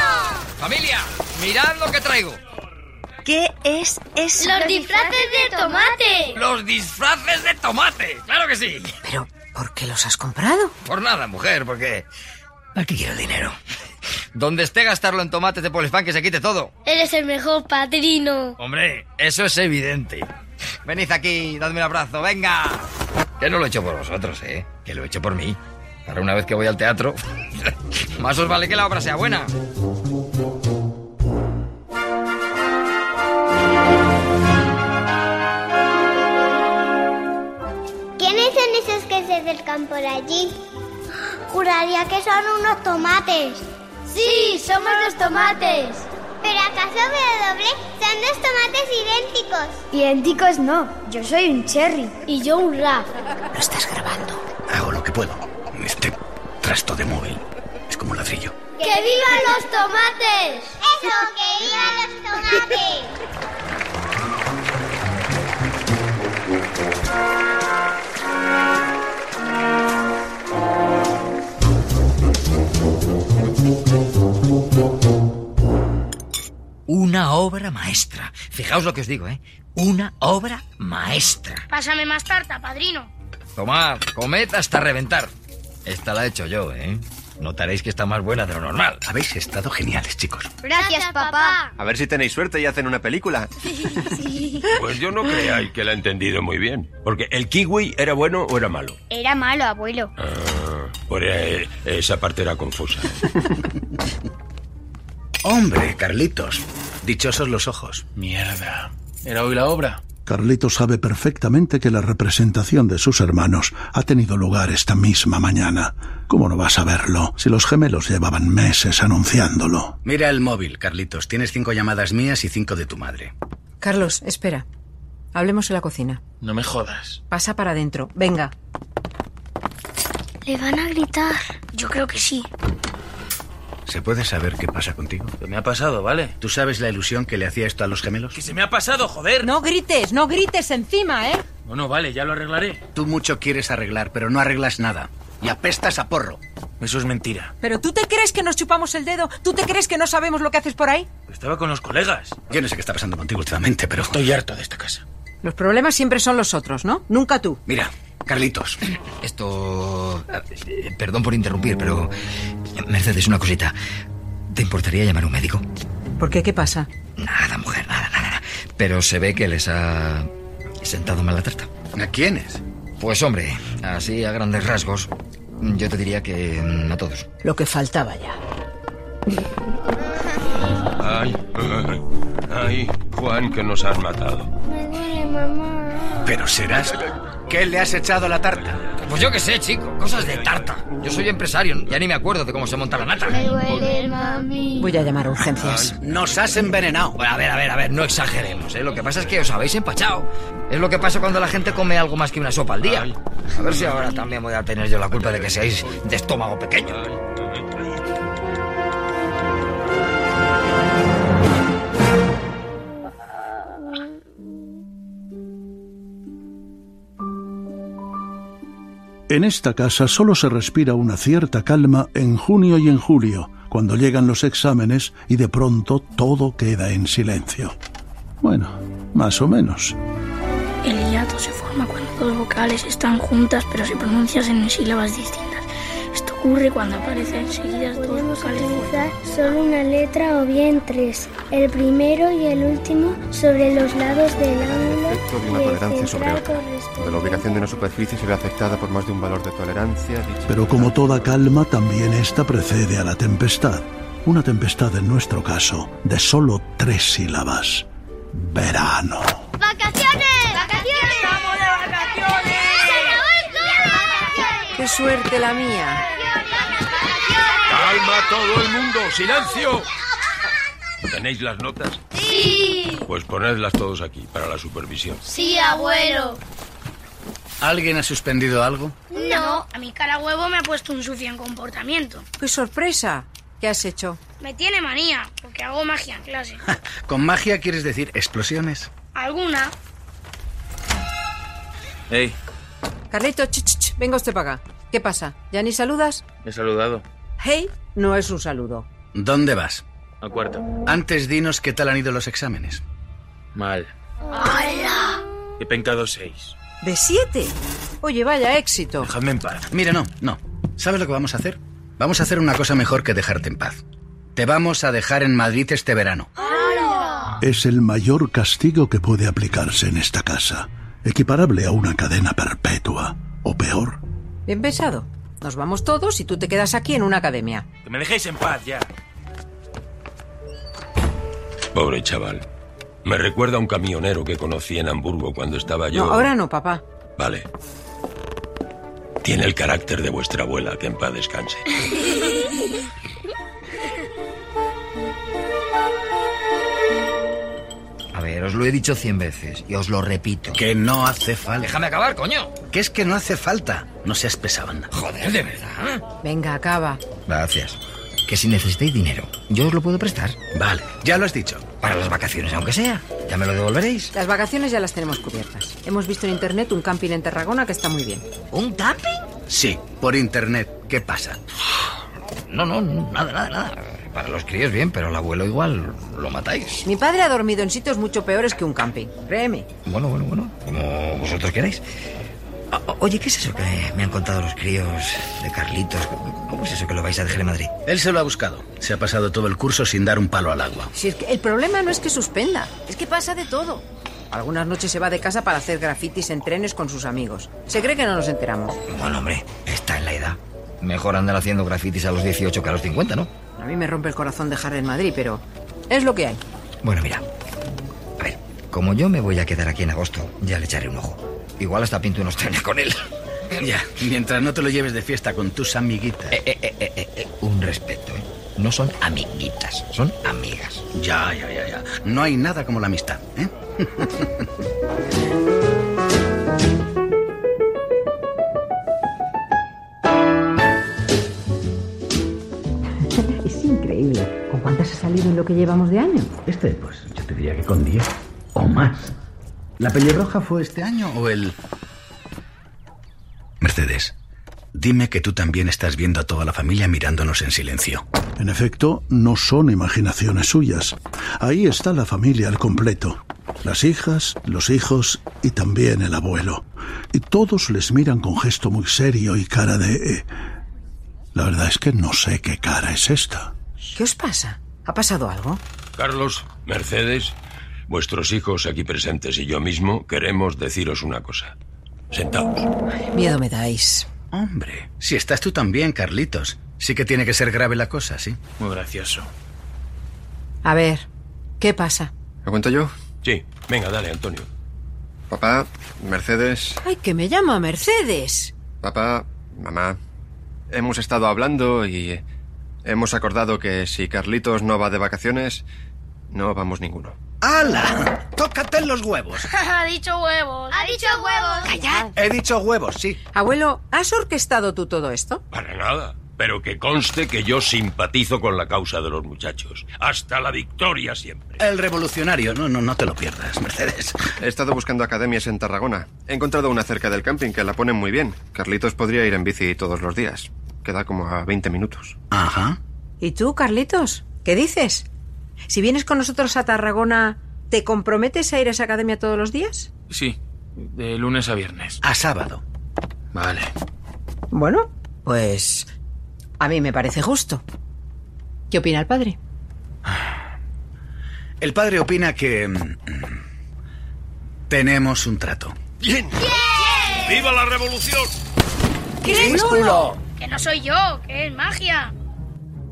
Speaker 6: ¡Familia! ¡Mirad lo que traigo!
Speaker 25: ¿Qué es eso?
Speaker 24: ¡Los disfraces de tomate!
Speaker 6: ¡Los disfraces de tomate! ¡Claro que sí!
Speaker 3: Pero, ¿por qué los has comprado?
Speaker 6: Por nada, mujer, porque. ¿Para qué quiero el dinero? Donde esté gastarlo en tomates de polifán que se quite todo.
Speaker 24: Eres el mejor padrino.
Speaker 6: Hombre, eso es evidente. Venid aquí, dadme un abrazo, venga. Que no lo he hecho por vosotros, ¿eh? Que lo he hecho por mí. Para una vez que voy al teatro, más os vale que la obra sea buena.
Speaker 4: ¿Quiénes son esos que se acercan por allí? Juraría que son unos tomates.
Speaker 18: Sí, somos los tomates.
Speaker 4: Pero acaso veo doble, son dos tomates idénticos.
Speaker 18: Idénticos no, yo soy un cherry.
Speaker 24: Y yo un rap.
Speaker 8: Lo estás grabando. Hago lo que puedo. Este trasto de móvil es como un ladrillo.
Speaker 18: ¡Que vivan los tomates!
Speaker 4: ¡Eso, que vivan los tomates!
Speaker 6: Una obra maestra. Fijaos lo que os digo, ¿eh? Una obra maestra.
Speaker 18: Pásame más tarta, padrino.
Speaker 6: Tomad, comed hasta reventar. Esta la he hecho yo, ¿eh? Notaréis que está más buena de lo normal.
Speaker 8: Habéis estado geniales, chicos.
Speaker 18: Gracias, papá.
Speaker 17: A ver si tenéis suerte y hacen una película.
Speaker 10: Pues yo no creáis que la he entendido muy bien. Porque el kiwi era bueno o era malo.
Speaker 18: Era malo, abuelo.
Speaker 10: Ah, por eh, esa parte era confusa.
Speaker 8: Hombre, Carlitos. Dichosos los ojos.
Speaker 26: Mierda. ¿Era hoy la obra?
Speaker 2: Carlitos sabe perfectamente que la representación de sus hermanos ha tenido lugar esta misma mañana. ¿Cómo no vas a verlo si los gemelos llevaban meses anunciándolo?
Speaker 8: Mira el móvil, Carlitos. Tienes cinco llamadas mías y cinco de tu madre.
Speaker 3: Carlos, espera. Hablemos en la cocina.
Speaker 26: No me jodas.
Speaker 3: Pasa para adentro. Venga.
Speaker 4: ¿Le van a gritar? Yo creo que sí.
Speaker 8: ¿Se puede saber qué pasa contigo?
Speaker 26: ¿Qué me ha pasado, vale?
Speaker 8: ¿Tú sabes la ilusión que le hacía esto a los gemelos?
Speaker 26: ¡Que se me ha pasado, joder!
Speaker 3: No grites, no grites encima, ¿eh?
Speaker 26: Bueno, vale, ya lo arreglaré.
Speaker 8: Tú mucho quieres arreglar, pero no arreglas nada. Y apestas a porro.
Speaker 26: Eso es mentira.
Speaker 3: ¿Pero tú te crees que nos chupamos el dedo? ¿Tú te crees que no sabemos lo que haces por ahí?
Speaker 26: Estaba con los colegas.
Speaker 8: Yo no sé qué está pasando contigo últimamente, pero...
Speaker 26: Estoy harto de esta casa.
Speaker 3: Los problemas siempre son los otros, ¿no? Nunca tú.
Speaker 8: Mira, Carlitos.
Speaker 6: Esto... Perdón por interrumpir, pero... Mercedes, una cosita. ¿Te importaría llamar a un médico?
Speaker 3: ¿Por qué? ¿Qué pasa?
Speaker 6: Nada, mujer, nada, nada, nada. Pero se ve que les ha sentado mal la tarta.
Speaker 8: ¿A quiénes?
Speaker 6: Pues hombre, así a grandes rasgos, yo te diría que mm, a todos.
Speaker 3: Lo que faltaba ya.
Speaker 10: Ay, ay, ay Juan, que nos has matado.
Speaker 4: Me duele, mamá.
Speaker 8: Pero serás... ¿Qué le has echado a la tarta?
Speaker 6: Pues yo qué sé, chico. Cosas de tarta. Yo soy empresario. Ya ni me acuerdo de cómo se monta la nata.
Speaker 4: Me duele, mami.
Speaker 3: Voy a llamar a urgencias.
Speaker 8: Nos has envenenado.
Speaker 6: A ver, a ver, a ver. No exageremos, ¿eh? Lo que pasa es que os habéis empachado. Es lo que pasa cuando la gente come algo más que una sopa al día. A ver si ahora también voy a tener yo la culpa de que seáis de estómago pequeño.
Speaker 2: En esta casa solo se respira una cierta calma en junio y en julio, cuando llegan los exámenes y de pronto todo queda en silencio. Bueno, más o menos.
Speaker 4: El hiato se forma cuando dos vocales están juntas pero se pronuncian en sílabas distintas. Esto ocurre cuando aparecen seguidas dos vocales. utilizar solo una letra o bien tres, el primero y el último sobre los lados del ángulo.
Speaker 17: Efecto de una tolerancia sobre otra. Cuando la ubicación de una superficie se ve afectada por más de un valor de tolerancia. Dicho...
Speaker 2: Pero como toda calma, también esta precede a la tempestad. Una tempestad, en nuestro caso, de solo tres sílabas. Verano.
Speaker 4: ¡Vacaciones! ¡Vacaciones!
Speaker 18: ¡Vamos de vacaciones!
Speaker 3: ¡Qué suerte la mía!
Speaker 10: ¡Calma todo el mundo! ¡Silencio! ¿Tenéis las notas?
Speaker 4: Sí.
Speaker 10: Pues ponedlas todos aquí, para la supervisión.
Speaker 4: Sí, abuelo.
Speaker 8: ¿Alguien ha suspendido algo?
Speaker 4: No, a mi cara huevo me ha puesto un sucio en comportamiento.
Speaker 3: ¡Qué Pues sorpresa! ¿Qué has hecho?
Speaker 4: Me tiene manía, porque hago magia en clase.
Speaker 8: ¿Con magia quieres decir explosiones?
Speaker 4: ¿Alguna?
Speaker 18: Ey,
Speaker 3: Carlito, ch, ch, ch, venga usted para acá. ¿Qué pasa? ¿Ya ni saludas?
Speaker 18: he saludado.
Speaker 3: Hey, no es un saludo.
Speaker 8: ¿Dónde vas?
Speaker 18: A cuarto.
Speaker 8: Antes dinos qué tal han ido los exámenes.
Speaker 18: Mal. He pencado seis.
Speaker 3: ¿De siete? Oye, vaya éxito.
Speaker 18: Dejadme en paz.
Speaker 8: Mira, no, no. ¿Sabes lo que vamos a hacer? Vamos a hacer una cosa mejor que dejarte en paz. Te vamos a dejar en Madrid este verano.
Speaker 2: Es el mayor castigo que puede aplicarse en esta casa, equiparable a una cadena perpetua, o peor.
Speaker 3: Bien pensado. Nos vamos todos y tú te quedas aquí en una academia.
Speaker 18: Que me dejéis en paz ya.
Speaker 10: Pobre chaval. Me recuerda a un camionero que conocí en Hamburgo cuando estaba yo.
Speaker 3: No, ahora no, papá.
Speaker 10: Vale. Tiene el carácter de vuestra abuela, que en paz descanse.
Speaker 6: A ver, os lo he dicho cien veces y os lo repito.
Speaker 8: Que no hace falta.
Speaker 6: Déjame acabar, coño.
Speaker 8: Que es que no hace falta. No seas pesado, anda.
Speaker 6: Joder, de verdad.
Speaker 3: Venga, acaba.
Speaker 6: Gracias. Que si necesitáis dinero, yo os lo puedo prestar.
Speaker 8: Vale, ya lo has dicho.
Speaker 6: Para las vacaciones, aunque sea. Ya me lo devolveréis.
Speaker 3: Las vacaciones ya las tenemos cubiertas. Hemos visto en internet un camping en Tarragona que está muy bien.
Speaker 6: ¿Un camping?
Speaker 8: Sí, por internet. ¿Qué pasa?
Speaker 6: No, no, no, nada, nada, nada. Para los críos bien, pero al abuelo igual lo matáis.
Speaker 3: Mi padre ha dormido en sitios mucho peores que un camping. Créeme.
Speaker 6: Bueno, bueno, bueno. Como vosotros queráis. O- o- Oye, ¿qué es eso que me han contado los críos de Carlitos? ¿Cómo es eso que lo vais a dejar en Madrid?
Speaker 8: Él se lo ha buscado. Se ha pasado todo el curso sin dar un palo al agua.
Speaker 3: Si es que el problema no es que suspenda, es que pasa de todo. Algunas noches se va de casa para hacer grafitis en trenes con sus amigos. Se cree que no nos enteramos.
Speaker 6: Bueno, hombre, está en la edad. Mejor andar haciendo grafitis a los 18 que a los 50, ¿no?
Speaker 3: A mí me rompe el corazón dejar en Madrid, pero es lo que hay.
Speaker 6: Bueno, mira. A ver, como yo me voy a quedar aquí en agosto, ya le echaré un ojo. Igual hasta pinto unos trenes con él.
Speaker 8: Ya, mientras no te lo lleves de fiesta con tus amiguitas.
Speaker 6: Eh, un respeto, ¿eh? No son amiguitas, son amigas.
Speaker 8: Ya, ya, ya, ya. No hay nada como la amistad, ¿eh?
Speaker 27: Es increíble. ¿Con cuántas ha salido en lo que llevamos de año?
Speaker 8: Este, pues yo te diría que con 10 o más. ¿La pelirroja fue este año o el...? Mercedes, dime que tú también estás viendo a toda la familia mirándonos en silencio.
Speaker 2: En efecto, no son imaginaciones suyas. Ahí está la familia al completo. Las hijas, los hijos y también el abuelo. Y todos les miran con gesto muy serio y cara de... eh, La verdad es que no sé qué cara es esta.
Speaker 3: ¿Qué os pasa? ¿Ha pasado algo?
Speaker 10: Carlos, Mercedes, vuestros hijos aquí presentes y yo mismo queremos deciros una cosa. Sentaos.
Speaker 3: Miedo me dais.
Speaker 8: Hombre. Si estás tú también, Carlitos. Sí que tiene que ser grave la cosa, ¿sí?
Speaker 18: Muy gracioso.
Speaker 3: A ver, ¿qué pasa?
Speaker 17: ¿Lo cuento yo?
Speaker 10: Sí, venga, dale, Antonio.
Speaker 17: Papá, Mercedes,
Speaker 3: ¡Ay, que me llama Mercedes!
Speaker 17: papá, mamá. Hemos estado hablando y hemos acordado que si Carlitos no va de vacaciones, no vamos ninguno.
Speaker 8: ¡Hala! ¡Tócate en los huevos!
Speaker 4: ha dicho huevos. Ha dicho huevos. Callad.
Speaker 8: He dicho huevos, sí.
Speaker 3: Abuelo, ¿has orquestado tú todo esto?
Speaker 10: Para nada. Pero que conste que yo simpatizo con la causa de los muchachos. Hasta la victoria siempre.
Speaker 8: El revolucionario. No, no, no te lo pierdas, Mercedes.
Speaker 17: He estado buscando academias en Tarragona. He encontrado una cerca del camping que la ponen muy bien. Carlitos podría ir en bici todos los días. Queda como a 20 minutos.
Speaker 8: Ajá.
Speaker 3: ¿Y tú, Carlitos? ¿Qué dices? Si vienes con nosotros a Tarragona, ¿te comprometes a ir a esa academia todos los días?
Speaker 18: Sí, de lunes a viernes.
Speaker 8: A sábado.
Speaker 18: Vale.
Speaker 3: Bueno, pues a mí me parece justo. ¿Qué opina el padre?
Speaker 8: El padre opina que... mm, Tenemos un trato.
Speaker 10: ¡Bien! ¡Viva la revolución!
Speaker 4: ¿Qué?
Speaker 8: ¡Culo!
Speaker 4: Que no soy yo, que es magia.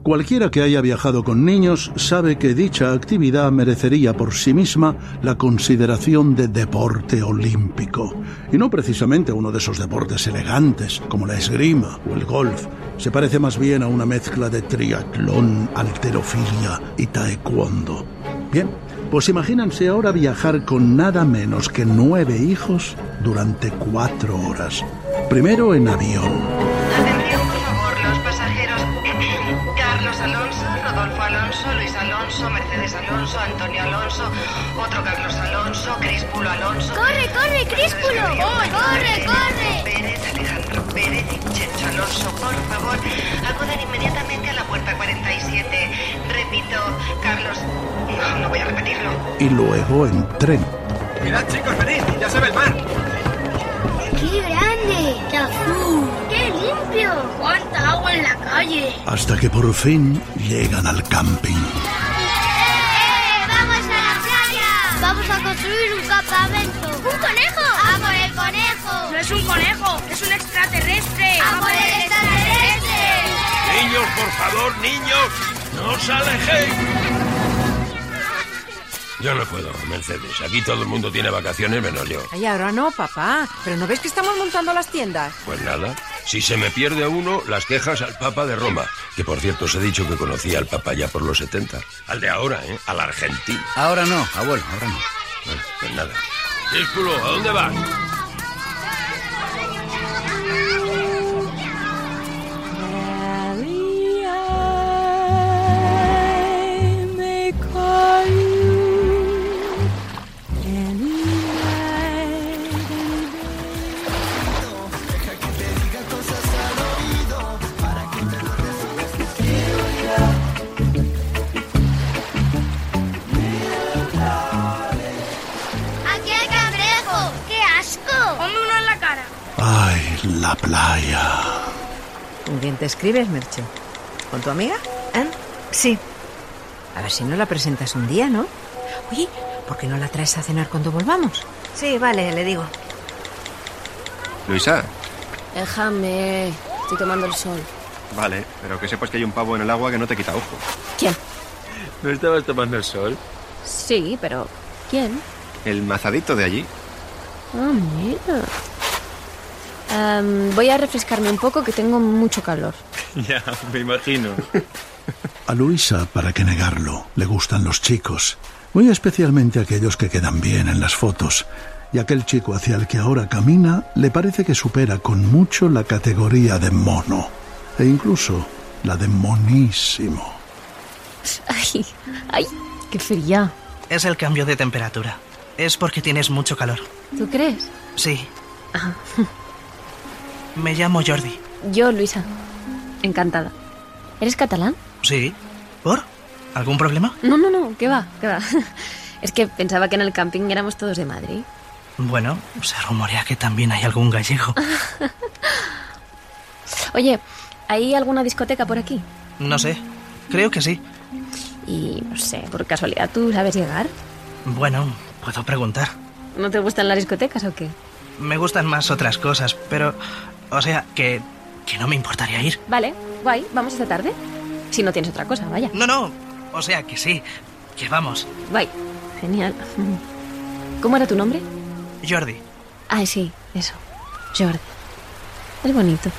Speaker 2: Cualquiera que haya viajado con niños sabe que dicha actividad merecería por sí misma la consideración de deporte olímpico. Y no precisamente uno de esos deportes elegantes como la esgrima o el golf. Se parece más bien a una mezcla de triatlón, alterofilia y taekwondo. Bien, pues imagínense ahora viajar con nada menos que nueve hijos durante cuatro horas. Primero en avión.
Speaker 7: Por favor, los pasajeros. Carlos Alonso, Rodolfo Alonso, Luis Alonso, Alonso, Mercedes Alonso, Antonio Alonso, otro Carlos Alonso, Crispulo Alonso.
Speaker 4: ¡Corre, corre, Críspulo!
Speaker 7: Voy,
Speaker 4: ¡Corre, corre!
Speaker 7: Pérez, Alejandro Pérez y Checho Alonso, por favor, acudan inmediatamente a la puerta 47. Repito, Carlos. No, no voy a repetirlo.
Speaker 2: y luego en tren.
Speaker 17: Mirad, chicos, venid, ya se ve el mar.
Speaker 4: ¡Qué grande! ¡Qué azul! ¡Qué limpio! ¡Cuánta agua en la calle!
Speaker 2: Hasta que por fin llegan al camping.
Speaker 4: eh, ¡Vamos a la playa! ¡Vamos a construir un campamento! ¡Un conejo! ¡A por el conejo!
Speaker 28: No es un conejo, es un extraterrestre.
Speaker 4: ¡A por el extraterrestre!
Speaker 10: Niños, por favor, niños, no os alejéis. Yo no puedo, Mercedes. Aquí todo el mundo tiene vacaciones menos yo.
Speaker 3: Ay, ahora no, papá. Pero ¿no ves que estamos montando las tiendas?
Speaker 10: Pues nada, si se me pierde uno, las quejas al Papa de Roma. Que por cierto, os he dicho que conocía al Papa ya por los 70. Al de ahora, ¿eh? Al argentino.
Speaker 8: Ahora no, abuelo, ahora no.
Speaker 10: Bueno, pues nada. Círculo, ¿a dónde vas?
Speaker 4: ¡Aquí hay cangrejo! ¡Qué asco! ¡Ponme uno en la cara!
Speaker 2: Ay, la playa.
Speaker 3: ¿Con quién te escribes, Merche? ¿Con tu amiga? Sí. A ver si no la presentas un día, ¿no? Oye, ¿por qué no la traes a cenar cuando volvamos?
Speaker 29: Sí, vale, le digo.
Speaker 17: Luisa,
Speaker 9: Déjame. Estoy tomando el sol.
Speaker 17: vale, pero que sepas que hay un pavo en el agua que no te quita ojo.
Speaker 9: ¿Quién?
Speaker 17: ¿No estabas tomando el sol?
Speaker 9: Sí, pero. ¿Quién?
Speaker 17: El mazadito de allí.
Speaker 9: Ah, mira. Am, Em, voy a refrescarme un poco que tengo mucho calor.
Speaker 18: Ya, me imagino.
Speaker 2: A Luisa, para qué negarlo, le gustan los chicos, muy especialmente aquellos que quedan bien en las fotos. Y aquel chico hacia el que ahora camina le parece que supera con mucho la categoría de mono, e incluso la de monísimo.
Speaker 9: Ay, ay, qué fría.
Speaker 30: Es el cambio de temperatura. Es porque tienes mucho calor.
Speaker 9: ¿Tú crees?
Speaker 30: Sí,
Speaker 9: Ah,
Speaker 30: me llamo Jordi.
Speaker 9: yo, Luisa. Encantada. ¿Eres catalán?
Speaker 30: Sí. ¿Por? ¿Algún problema?
Speaker 9: No, no, no, qué va, qué va. Es que pensaba que en el camping éramos todos de Madrid.
Speaker 30: Bueno, se rumorea que también hay algún gallego.
Speaker 9: Oye, ¿hay alguna discoteca por aquí?
Speaker 30: No sé. Creo que sí.
Speaker 9: Y no sé, por casualidad, ¿tú sabes llegar?
Speaker 30: Bueno, puedo preguntar.
Speaker 9: ¿No te gustan las discotecas o qué?
Speaker 30: Me gustan más otras cosas, pero... O sea, que... Que no me importaría ir.
Speaker 9: Vale, guay, vamos esta tarde. Si no tienes otra cosa, vaya.
Speaker 30: No, no. O sea, que sí. Que vamos.
Speaker 9: Guay, genial. ¿Cómo era tu nombre?
Speaker 30: Jordi.
Speaker 9: Ay, sí, eso. Jordi. Es bonito.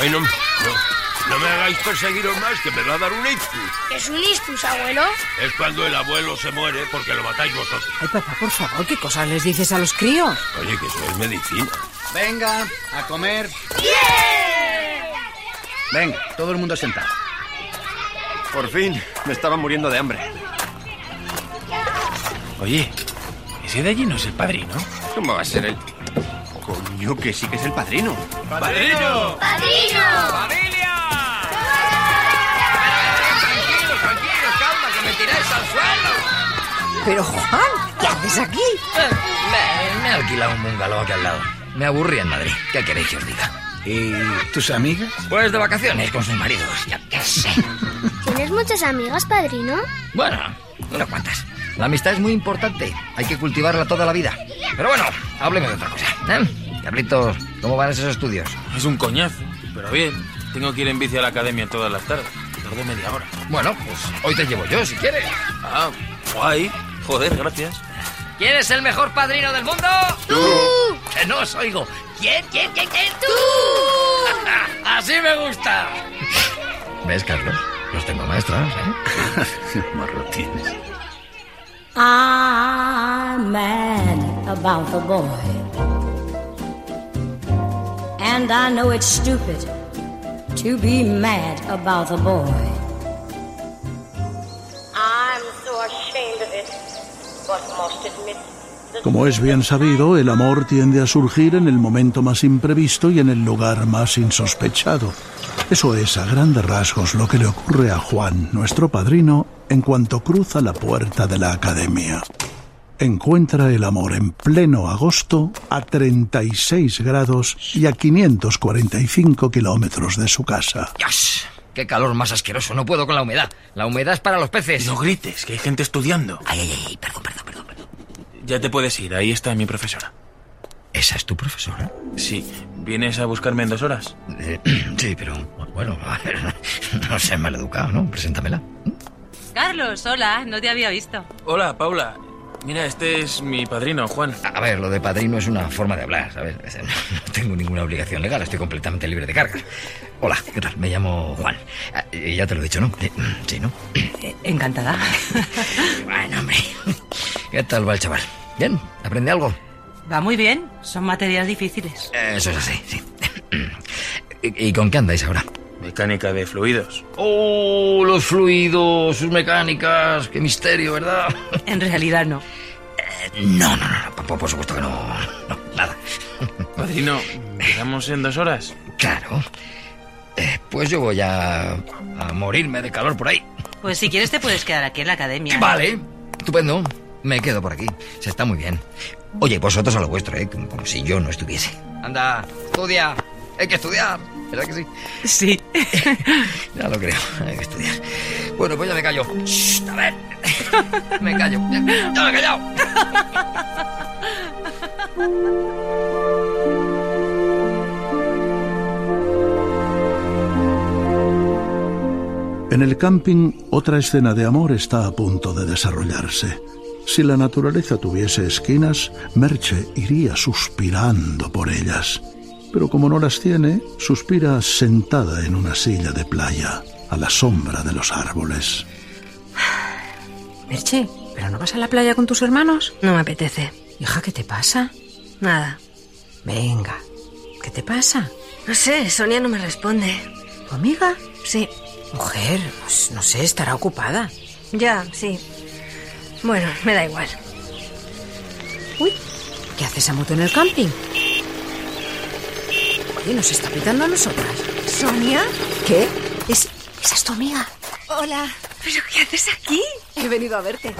Speaker 10: Ay, no, no, no me hagáis perseguiros más, que me va a dar un ictus.
Speaker 28: ¿Es un istus, abuelo?
Speaker 10: Es cuando el abuelo se muere porque lo matáis vosotros.
Speaker 3: Ay, papá, por favor, ¿qué cosas les dices a los críos?
Speaker 10: Oye, que eso es medicina.
Speaker 8: Venga, a comer. Venga, todo el mundo sentado.
Speaker 17: Por fin, me estaba muriendo de hambre.
Speaker 18: Oye, ese de allí no es el padrino.
Speaker 17: ¿Cómo va a ser él? Coño, que sí que es el padrino.
Speaker 18: ¡Padrino!
Speaker 4: ¡Padrino!
Speaker 6: Tranquilos, tranquilos, calma, que me tiráis al suelo.
Speaker 3: Pero, Juan, ¿qué haces aquí?
Speaker 6: Me, me he alquilado un bungalow aquí al lado. Me aburrí en Madrid. ¿Qué queréis que os diga?
Speaker 8: ¿Y tus amigas?
Speaker 6: Pues de vacaciones con sus maridos, yo qué sé.
Speaker 4: ¿Tienes muchas amigas, padrino?
Speaker 6: Bueno, unas cuantas. La amistad es muy importante. Hay que cultivarla toda la vida. Pero bueno, hábleme de otra cosa. ¿eh? Diablitos, ¿cómo van esos estudios?
Speaker 18: Es un coñazo, pero bien. Tengo que ir en bici a la academia todas las tardes. Tardo media hora.
Speaker 6: Bueno, pues hoy te llevo yo, si quieres.
Speaker 18: Ah, guay. Joder, gracias.
Speaker 6: ¿Quién es el mejor padrino del mundo? ¡Tú! que no os oigo. ¿Quién, quién, quién, quién? ¡Tú! ¡Así me gusta! ¿Ves, Carlos? Los tengo maestros, ¿eh?
Speaker 8: Marrotines.
Speaker 31: I'm mad about the boy. And I know it's stupid to be mad about the boy.
Speaker 21: I'm so ashamed of it, but must admit
Speaker 2: Como es bien sabido, el amor tiende a surgir en el momento más imprevisto y en el lugar más insospechado. Eso es a grandes rasgos lo que le ocurre a Juan, nuestro padrino, en cuanto cruza la puerta de la academia. Encuentra el amor en pleno agosto a 36 grados y a 545 kilómetros de su casa.
Speaker 6: ¡Yas! ¡Qué calor más asqueroso! No puedo con la humedad. La humedad es para los peces.
Speaker 22: No grites, que hay gente estudiando.
Speaker 6: Ay, ay, ay, perdón, perdón.
Speaker 22: Ya te puedes ir, ahí está mi profesora.
Speaker 6: ¿Esa es tu profesora?
Speaker 22: Sí, ¿vienes a buscarme en dos horas?
Speaker 6: sí, pero bueno, a ver, no seas maleducado, ¿no? Preséntamela.
Speaker 32: Carlos, hola, no te había visto.
Speaker 22: Hola, Paula. Mira, este es mi padrino, Juan.
Speaker 6: A ver, lo de padrino es una forma de hablar, ¿sabes? No tengo ninguna obligación legal, estoy completamente libre de cargas. Hola, ¿qué tal? Me llamo Juan. Ah, eh, Ya te lo he dicho, ¿no? Eh, Sí, ¿no?
Speaker 32: Encantada.
Speaker 6: Bueno, hombre. ¿Qué tal va el chaval? ¿Bien? ¿Aprende algo?
Speaker 32: Va muy bien, son materias difíciles.
Speaker 6: Eso es así, sí. ¿Y, y con qué andáis ahora?
Speaker 22: Mecánica de fluidos.
Speaker 6: ¡Oh, los fluidos, sus mecánicas! ¡Qué misterio, verdad! Eh,
Speaker 32: En realidad no.
Speaker 6: No, no, no, no, por, por supuesto que no. No, nada.
Speaker 22: Padrino, ¿llegamos en dos horas?
Speaker 6: Claro. Eh, pues yo voy a, a morirme de calor por ahí.
Speaker 32: Pues si quieres te puedes quedar aquí en la academia.
Speaker 6: Vale, estupendo. Me quedo por aquí. Se está muy bien. Oye, vosotros a lo vuestro, ¿eh? Como, como si yo no estuviese. Anda, estudia. Hay que estudiar. ¿Verdad que sí?
Speaker 32: Sí.
Speaker 6: Ya lo creo. Hay que estudiar. Bueno, pues ya me callo. Shh, a ver. Me callo. Ya me he callado.
Speaker 2: En el camping, otra escena de amor está a punto de desarrollarse. Si la naturaleza tuviese esquinas, Merche iría suspirando por ellas. Pero como no las tiene, suspira sentada en una silla de playa, a la sombra de los árboles.
Speaker 3: Merche, ¿pero no vas a la playa con tus hermanos?
Speaker 7: No me apetece.
Speaker 3: Hija, ¿qué te pasa?
Speaker 7: Nada.
Speaker 3: Venga, ¿qué te pasa?
Speaker 7: No sé, Sonia no me responde.
Speaker 3: ¿Tu amiga?
Speaker 7: Sí.
Speaker 3: Mujer, pues, no sé, estará ocupada.
Speaker 7: Ya, sí. Bueno, me da igual.
Speaker 3: Uy, ¿qué hace esa moto en el camping? Oye, nos está pitando a nosotras.
Speaker 7: ¿Sonia?
Speaker 3: ¿Qué? Es, esa es tu amiga.
Speaker 7: Hola. ¿Pero qué haces aquí?
Speaker 3: He venido a verte.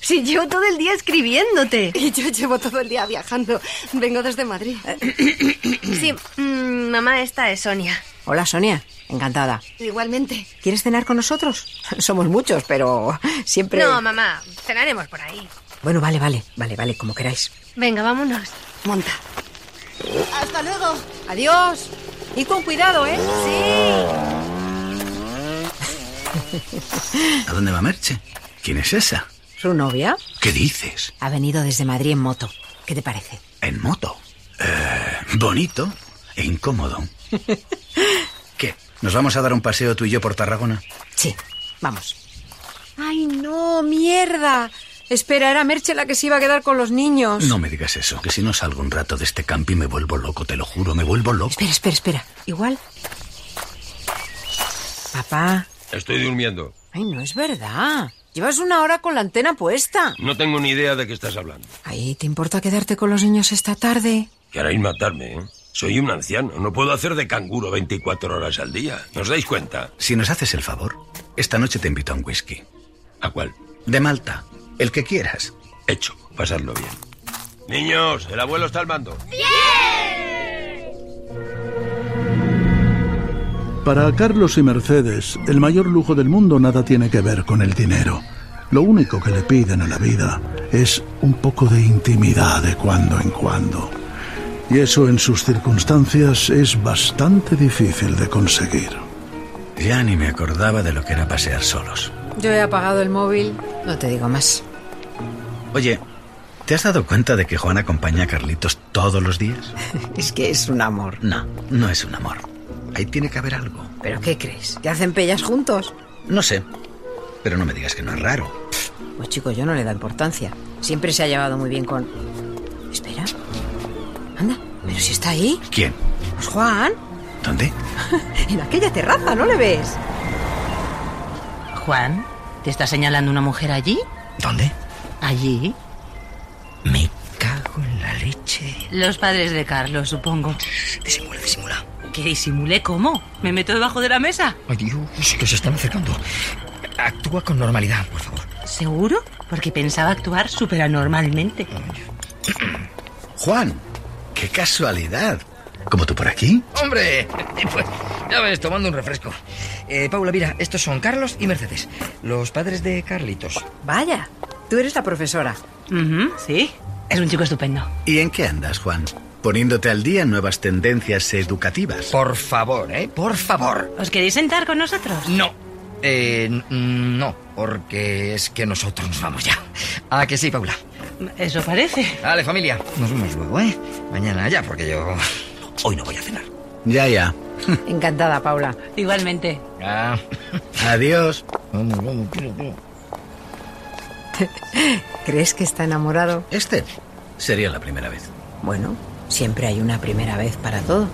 Speaker 7: Si llevo todo el día escribiéndote.
Speaker 3: Y yo llevo todo el día viajando. Vengo desde Madrid.
Speaker 7: Sí, mm, mamá, esta es Sonia.
Speaker 3: Hola, Sonia. Encantada.
Speaker 7: Igualmente.
Speaker 3: ¿Quieres cenar con nosotros? Somos muchos, pero siempre...
Speaker 7: No, mamá, cenaremos por ahí.
Speaker 3: Bueno, vale, vale, vale, vale, como queráis.
Speaker 7: Venga, vámonos.
Speaker 3: Monta.
Speaker 7: Hasta luego. Adiós. Y con cuidado, ¿eh? Sí.
Speaker 8: ¿A dónde va Merche? ¿Quién es esa?
Speaker 3: ¿Su novia?
Speaker 8: ¿Qué dices?
Speaker 3: Ha venido desde Madrid en moto. ¿Qué te parece?
Speaker 8: En moto. Eh, bonito e incómodo. ¿Qué? ¿Nos vamos a dar un paseo tú y yo por Tarragona?
Speaker 3: Sí, vamos. ¡Ay, no! ¡Mierda! Espera, era Merche la que se iba a quedar con los niños.
Speaker 8: No me digas eso, que si no salgo un rato de este campi me vuelvo loco, te lo juro, me vuelvo loco.
Speaker 3: Espera, espera, espera. Igual. Papá.
Speaker 10: Estoy durmiendo.
Speaker 3: Ay, no es verdad. Llevas una hora con la antena puesta.
Speaker 10: No tengo ni idea de qué estás hablando.
Speaker 3: Ay, ¿te importa quedarte con los niños esta tarde?
Speaker 10: Queréis matarme, ¿eh? Soy un anciano, no puedo hacer de canguro 24 horas al día. ¿Nos dais cuenta?
Speaker 8: Si nos haces el favor, esta noche te invito a un whisky.
Speaker 10: ¿A cuál?
Speaker 8: De Malta, el que quieras.
Speaker 10: Hecho, pasadlo bien. Niños, el abuelo está al mando.
Speaker 2: Para Carlos y Mercedes, el mayor lujo del mundo nada tiene que ver con el dinero. Lo único que le piden a la vida es un poco de intimidad de cuando en cuando. Y eso en sus circunstancias es bastante difícil de conseguir.
Speaker 8: Ya ni me acordaba de lo que era pasear solos.
Speaker 3: Yo he apagado el móvil. No te digo más.
Speaker 8: Oye, ¿Te has dado cuenta de que Juan acompaña a Carlitos todos los días?
Speaker 1: Es que es un amor.
Speaker 8: No, no es un amor. Ahí tiene que haber algo.
Speaker 1: ¿Pero qué crees? ¿Que hacen pellas juntos?
Speaker 8: No sé, pero no me digas que no es raro.
Speaker 1: Pues chico, yo no le da importancia. Siempre se ha llevado muy bien con... Espera. Anda, pero si está ahí.
Speaker 8: ¿Quién?
Speaker 1: Pues Juan,
Speaker 8: ¿Dónde?
Speaker 1: en aquella terraza, ¿no le ves?
Speaker 32: Juan, ¿te está señalando una mujer allí?
Speaker 6: ¿Dónde?
Speaker 32: Allí.
Speaker 6: Me cago en la leche.
Speaker 32: Los padres de Carlos, supongo.
Speaker 6: Disimula, disimula.
Speaker 32: ¿Qué disimulé? ¿Cómo? ¿Me meto debajo de la mesa?
Speaker 6: Ay, Dios, que se están acercando. pues. Actúa con normalidad, por favor.
Speaker 32: ¿Seguro? Porque pensaba actuar súper anormalmente.
Speaker 8: Juan, qué casualidad. ¿Como tú por aquí?
Speaker 6: ¡Hombre! Pues ya ves, tomando un refresco. Eh, Paula, mira, estos son Carlos y Mercedes, los padres de Carlitos.
Speaker 1: Vaya, tú eres la profesora.
Speaker 32: sí, es un chico estupendo.
Speaker 8: ¿Y en qué andas, Juan? Poniéndote al día en nuevas tendencias educativas.
Speaker 6: Por favor, ¿eh? Por favor.
Speaker 32: ¿Os queréis sentar con nosotros?
Speaker 6: No. Eh, n- no, porque es que nosotros nos vamos ya. ¿A que sí, Paula?
Speaker 32: Eso parece.
Speaker 6: Vale, familia. Nos vemos luego, ¿eh? Mañana ya, porque yo... Hoy no voy a cenar.
Speaker 8: Ya, ya.
Speaker 1: Encantada, Paula.
Speaker 32: Igualmente.
Speaker 6: Ah.
Speaker 8: Adiós.
Speaker 6: Vamos, vamos, tío, tío.
Speaker 1: ¿Crees que está enamorado?
Speaker 8: Este sería la primera vez.
Speaker 1: Bueno, siempre hay una primera vez para todo.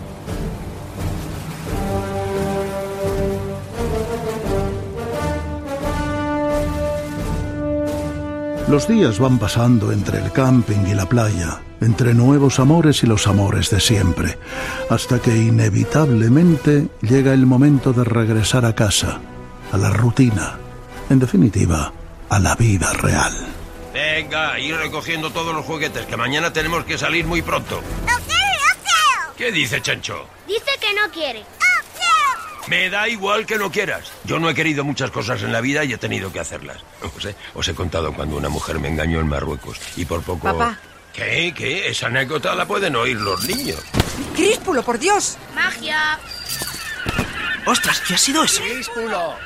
Speaker 2: Los días van pasando entre el camping y la playa, entre nuevos amores y los amores de siempre, hasta que inevitablemente llega el momento de regresar a casa, a la rutina, en definitiva, a la vida real.
Speaker 10: Venga, ir recogiendo todos los juguetes, que mañana tenemos que salir muy pronto. ¿Qué dice Chancho?
Speaker 4: Dice que no quiere.
Speaker 10: Me da igual que no quieras. Yo no he querido muchas cosas en la vida y he tenido que hacerlas. Os he, os he contado cuando una mujer me engañó en Marruecos y por poco...
Speaker 3: Papá.
Speaker 10: ¿Qué? ¿Qué? Esa anécdota la pueden oír los niños.
Speaker 3: ¡Críspulo, por Dios!
Speaker 33: Magia.
Speaker 14: ¡Ostras, qué ha sido eso!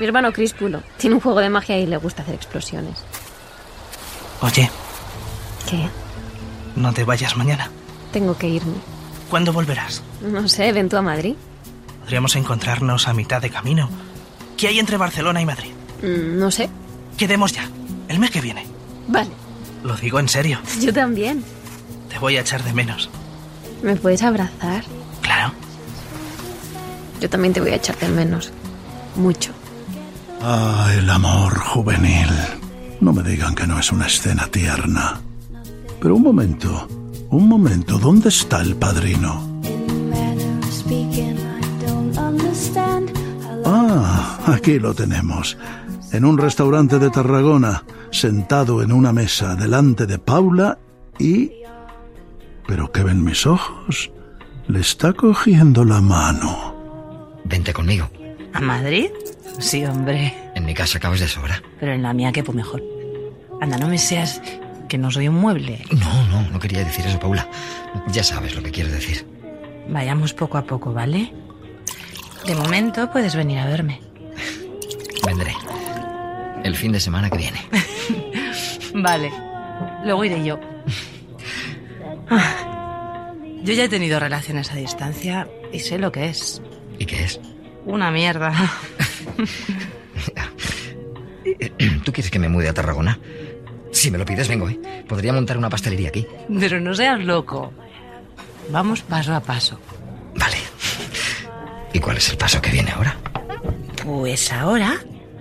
Speaker 9: Mi hermano Crispulo tiene un juego de magia y le gusta hacer explosiones.
Speaker 14: Oye,
Speaker 9: ¿Qué?
Speaker 14: no te vayas mañana.
Speaker 9: Tengo que irme.
Speaker 14: ¿Cuándo volverás?
Speaker 9: No sé, ven tú a Madrid.
Speaker 14: Podríamos encontrarnos a mitad de camino. ¿Qué hay entre Barcelona y Madrid?
Speaker 9: Mm, no sé.
Speaker 14: Quedemos ya, el mes que viene.
Speaker 9: Vale,
Speaker 14: Lo digo en serio,
Speaker 9: yo también.
Speaker 14: te voy a echar de menos.
Speaker 9: ¿Me puedes abrazar?
Speaker 14: Claro.
Speaker 9: Yo también te voy a echar de menos. Mucho.
Speaker 2: Ah, el amor juvenil. No me digan que no es una escena tierna. Pero un momento, un momento, ¿dónde está el padrino? Ah, aquí lo tenemos. En un restaurante de Tarragona, sentado en una mesa delante de Paula y... ¿Pero qué ven mis ojos? Le está cogiendo la mano.
Speaker 6: Vente conmigo.
Speaker 32: ¿A Madrid? Sí, hombre.
Speaker 6: En mi casa acabas de sobra.
Speaker 32: Pero en la mía quepo mejor. Anda, no me seas que no soy un mueble.
Speaker 6: No, no, no quería decir eso, Paula. Ya sabes lo que quiero decir.
Speaker 32: Vayamos poco a poco, ¿vale? De momento puedes venir a verme.
Speaker 6: Vendré. El fin de semana que viene.
Speaker 32: Vale. Luego iré yo. Ah, Yo ya he tenido relaciones a distancia y sé lo que es.
Speaker 6: ¿Y qué es?
Speaker 32: Una mierda.
Speaker 6: ¿Tú quieres que me mude a Tarragona? Si me lo pides, vengo, ¿eh? Podría montar una pastelería aquí.
Speaker 32: Pero no seas loco. Vamos paso a paso.
Speaker 6: Vale. ¿Y cuál es el paso que viene ahora?
Speaker 32: Pues ahora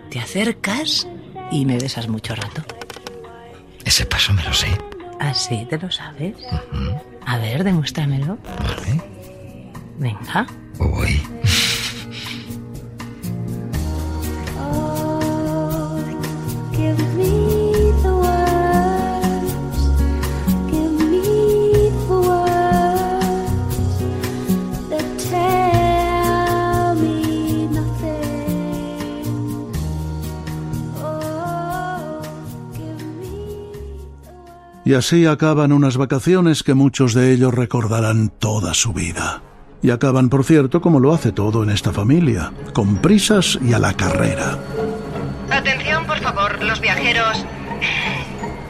Speaker 32: te acercas y me besas mucho rato.
Speaker 6: Ese paso me lo sé.
Speaker 32: Así te lo sabes. A ver, demuéstramelo.
Speaker 6: Vale.
Speaker 32: Venga.
Speaker 6: Uy.
Speaker 4: Oh,
Speaker 2: Y así acaban unas vacaciones que muchos de ellos recordarán toda su vida. Y acaban, por cierto, como lo hace todo en esta familia, con prisas y a la carrera.
Speaker 34: Atención, por favor, los viajeros.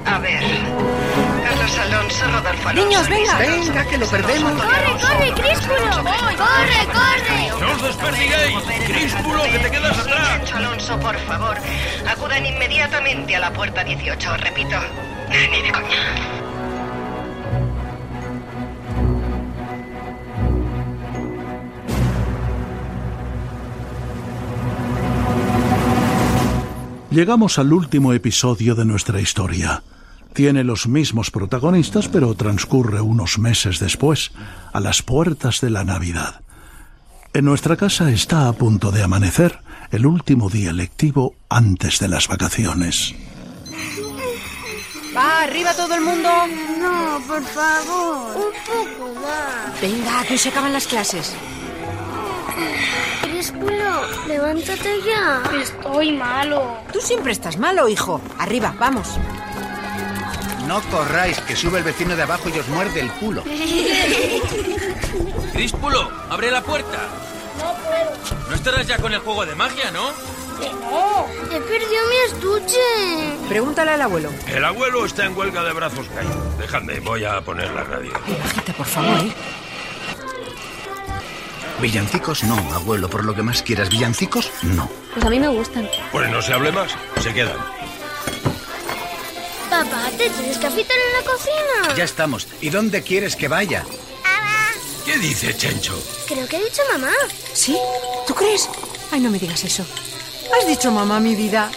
Speaker 34: A ver. Carlos,
Speaker 7: Carlos Alonso, Rodolfo Alonso.
Speaker 35: Niños, venga.
Speaker 7: Venga, que lo perdemos.
Speaker 35: Corre, corre, Crísculo. Corre, corre.
Speaker 7: No os desperdigáis. Crísculo, que te quedas atrás. Alonso, por favor, acudan inmediatamente a la puerta 18, repito. Ni de coña.
Speaker 2: Llegamos al último episodio de nuestra historia. Tiene los mismos protagonistas, pero transcurre unos meses después, a las puertas de la Navidad. En nuestra casa está a punto de amanecer, el último día lectivo antes de las vacaciones.
Speaker 35: Va, arriba todo el mundo.
Speaker 4: No, por favor. Un poco más.
Speaker 3: Venga, que hoy se acaban las clases.
Speaker 4: Crísculo, levántate ya.
Speaker 3: Estoy malo. Tú siempre estás malo, hijo. Arriba, vamos.
Speaker 8: No corráis, que sube el vecino de abajo y os muerde el culo.
Speaker 18: Críspulo, abre la puerta.
Speaker 36: No puedo.
Speaker 18: No estarás ya con el juego de magia, ¿no?
Speaker 36: Que no.
Speaker 4: He perdido mi estuche.
Speaker 3: Pregúntale al abuelo.
Speaker 10: El abuelo está en huelga de brazos caídos. Déjame, voy a poner la radio.
Speaker 3: Bajita, por favor, ¿eh?
Speaker 8: Villancicos no, abuelo, por lo que más quieras. Villancicos no.
Speaker 9: Pues a mí me gustan.
Speaker 10: Pues no se hable más, se quedan.
Speaker 4: Papá, te tienes que afitar en la cocina.
Speaker 8: Ya estamos. ¿Y dónde quieres que vaya?
Speaker 10: ¿Qué dice Chencho?
Speaker 4: Creo que ha dicho mamá.
Speaker 3: ¿Sí? ¿Tú crees? Ay, no me digas eso. Has dicho mamá mi vida.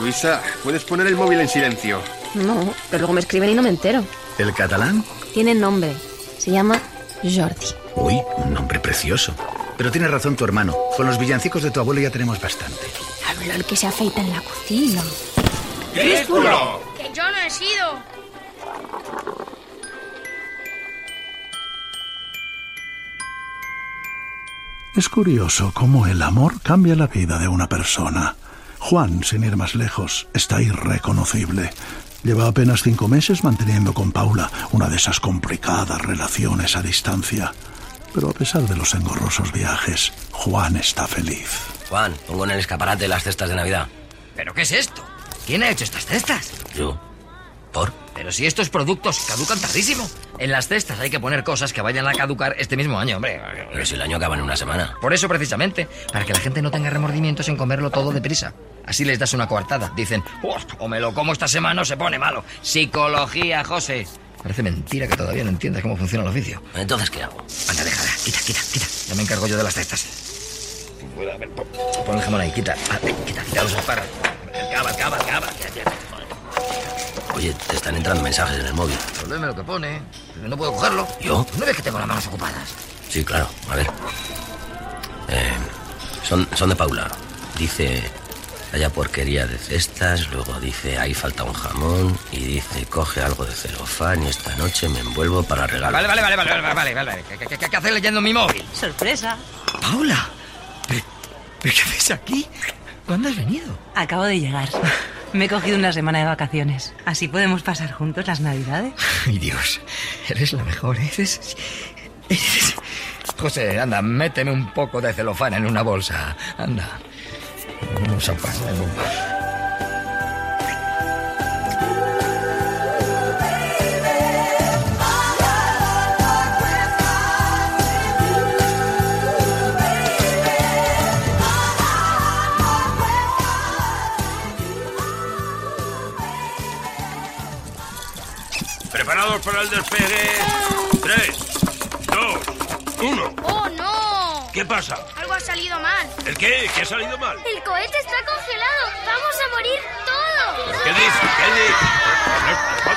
Speaker 17: Luisa, ¿puedes poner el móvil en silencio?
Speaker 9: No, pero luego me escriben y no me entero.
Speaker 8: ¿El catalán?
Speaker 9: Tiene nombre. Se llama Jordi.
Speaker 8: Uy, un nombre precioso. Pero tiene razón tu hermano. Con los villancicos de tu abuelo ya tenemos bastante.
Speaker 9: Habló que se afeita en la cocina.
Speaker 36: ¡Crísculo! Que yo no he sido.
Speaker 2: Es curioso cómo el amor cambia la vida de una persona. Juan, sin ir más lejos, está irreconocible. Lleva apenas cinco meses manteniendo con Paula una de esas complicadas relaciones a distancia. Pero a pesar de los engorrosos viajes, Juan está feliz.
Speaker 14: Juan, pongo en el escaparate las cestas de Navidad.
Speaker 6: ¿Pero qué es esto? ¿Quién ha hecho estas cestas?
Speaker 14: Yo. ¿Por?
Speaker 6: Pero si estos productos caducan tardísimo. En las cestas hay que poner cosas que vayan a caducar este mismo año, hombre.
Speaker 14: Pero si el año acaba en una semana.
Speaker 6: Por eso precisamente, para que la gente no tenga remordimientos en comerlo todo deprisa. Así les das una coartada. Dicen, "Uf, o me lo como esta semana o se pone malo. Psicología, José. Parece mentira que todavía no entiendas cómo funciona el oficio.
Speaker 14: Entonces, ¿qué hago?
Speaker 6: Anda, déjala. Quita, quita, quita. Ya me encargo yo de las cestas. Bueno, a ver, pon, pon el jamón ahí. Quita, Ah, eh, quita, quita los espárragos. Cava, cava, cava. Ya, ya.
Speaker 14: Oye, te están entrando mensajes en el móvil.
Speaker 6: Problema lo que pone. Pero no puedo cogerlo.
Speaker 14: ¿Yo?
Speaker 6: ¿No ves que tengo las manos ocupadas?
Speaker 14: Sí, claro. A ver. Eh, son, son de Paula. Dice, haya porquería de cestas. Luego dice, ahí falta un jamón. Y dice, coge algo de celofán y esta noche me envuelvo para regalar.
Speaker 6: Vale, vale, vale, vale, vale, vale, vale. ¿Qué, qué, qué, qué haces leyendo mi móvil?
Speaker 32: Sorpresa.
Speaker 6: Paula, ¿pero pero qué haces aquí? ¿Cuándo has venido?
Speaker 32: Acabo de llegar. Me he cogido una semana de vacaciones. Así podemos pasar juntos las navidades.
Speaker 6: Ay, Dios, eres la mejor, ¿eh? Eres- eres- José, anda, méteme un poco de celofán en una bolsa. Anda. Un champán, un-
Speaker 10: ¿Preparados para el despegue? Tres, dos, uno.
Speaker 36: ¡Oh, no!
Speaker 10: ¿Qué pasa?
Speaker 36: Algo ha salido mal.
Speaker 10: ¿El qué? ¿Qué ha salido mal?
Speaker 4: El cohete está congelado. Vamos a morir todos.
Speaker 10: ¿Qué dice? ¿Qué dice?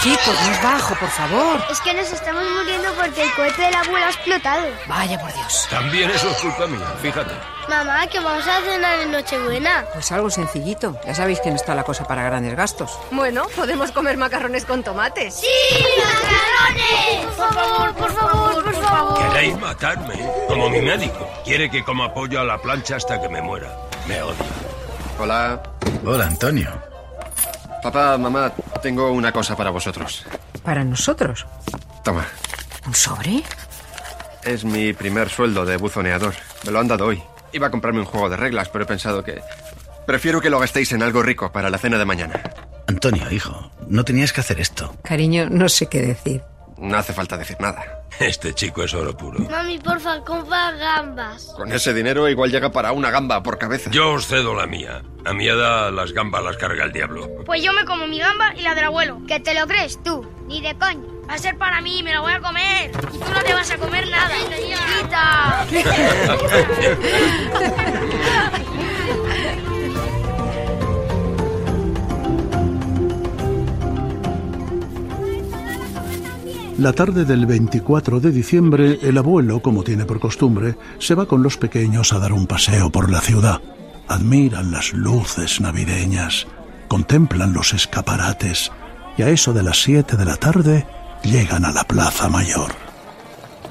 Speaker 3: Chicos, más bajo, por favor.
Speaker 4: Es que nos estamos muriendo porque el cohete del abuelo ha explotado.
Speaker 3: Vaya, por Dios.
Speaker 10: También eso es culpa mía, fíjate.
Speaker 4: Mamá, que vamos a cenar en Nochebuena.
Speaker 3: Pues algo sencillito. Ya sabéis que no está la cosa para grandes gastos.
Speaker 35: Bueno, podemos comer macarrones con tomates.
Speaker 4: ¡Sí, macarrones! Por favor, por favor, por favor.
Speaker 10: Queréis matarme, como mi médico. Quiere que coma pollo a la plancha hasta que me muera. Me odia.
Speaker 17: Hola.
Speaker 8: Hola, Antonio.
Speaker 17: Papá, mamá, tengo una cosa para vosotros.
Speaker 3: Para nosotros.
Speaker 17: Toma.
Speaker 3: ¿Un sobre?
Speaker 17: Es mi primer sueldo de buzoneador. Me lo han dado hoy. Iba a comprarme un juego de reglas, pero he pensado que... Prefiero que lo gastéis en algo rico para la cena de mañana.
Speaker 8: Antonio, hijo, no tenías que hacer esto.
Speaker 1: Cariño, no sé qué decir.
Speaker 17: No hace falta decir nada.
Speaker 10: Este chico es oro puro.
Speaker 4: Mami, porfa, compra gambas.
Speaker 17: Con ese dinero igual llega para una gamba por cabeza.
Speaker 10: Yo os cedo la mía. A mi edad las gambas las carga el diablo.
Speaker 33: Pues yo me como mi gamba y la del abuelo. ¿Que te lo crees tú? Ni de coño. Va a ser para mí, me la voy a comer. Y tú no te vas a comer nada.
Speaker 2: La tarde del 24 de diciembre, el abuelo, como tiene por costumbre, se va con los pequeños a dar un paseo por la ciudad. Admiran las luces navideñas, contemplan los escaparates y a eso de las 7 de la tarde llegan a la Plaza Mayor.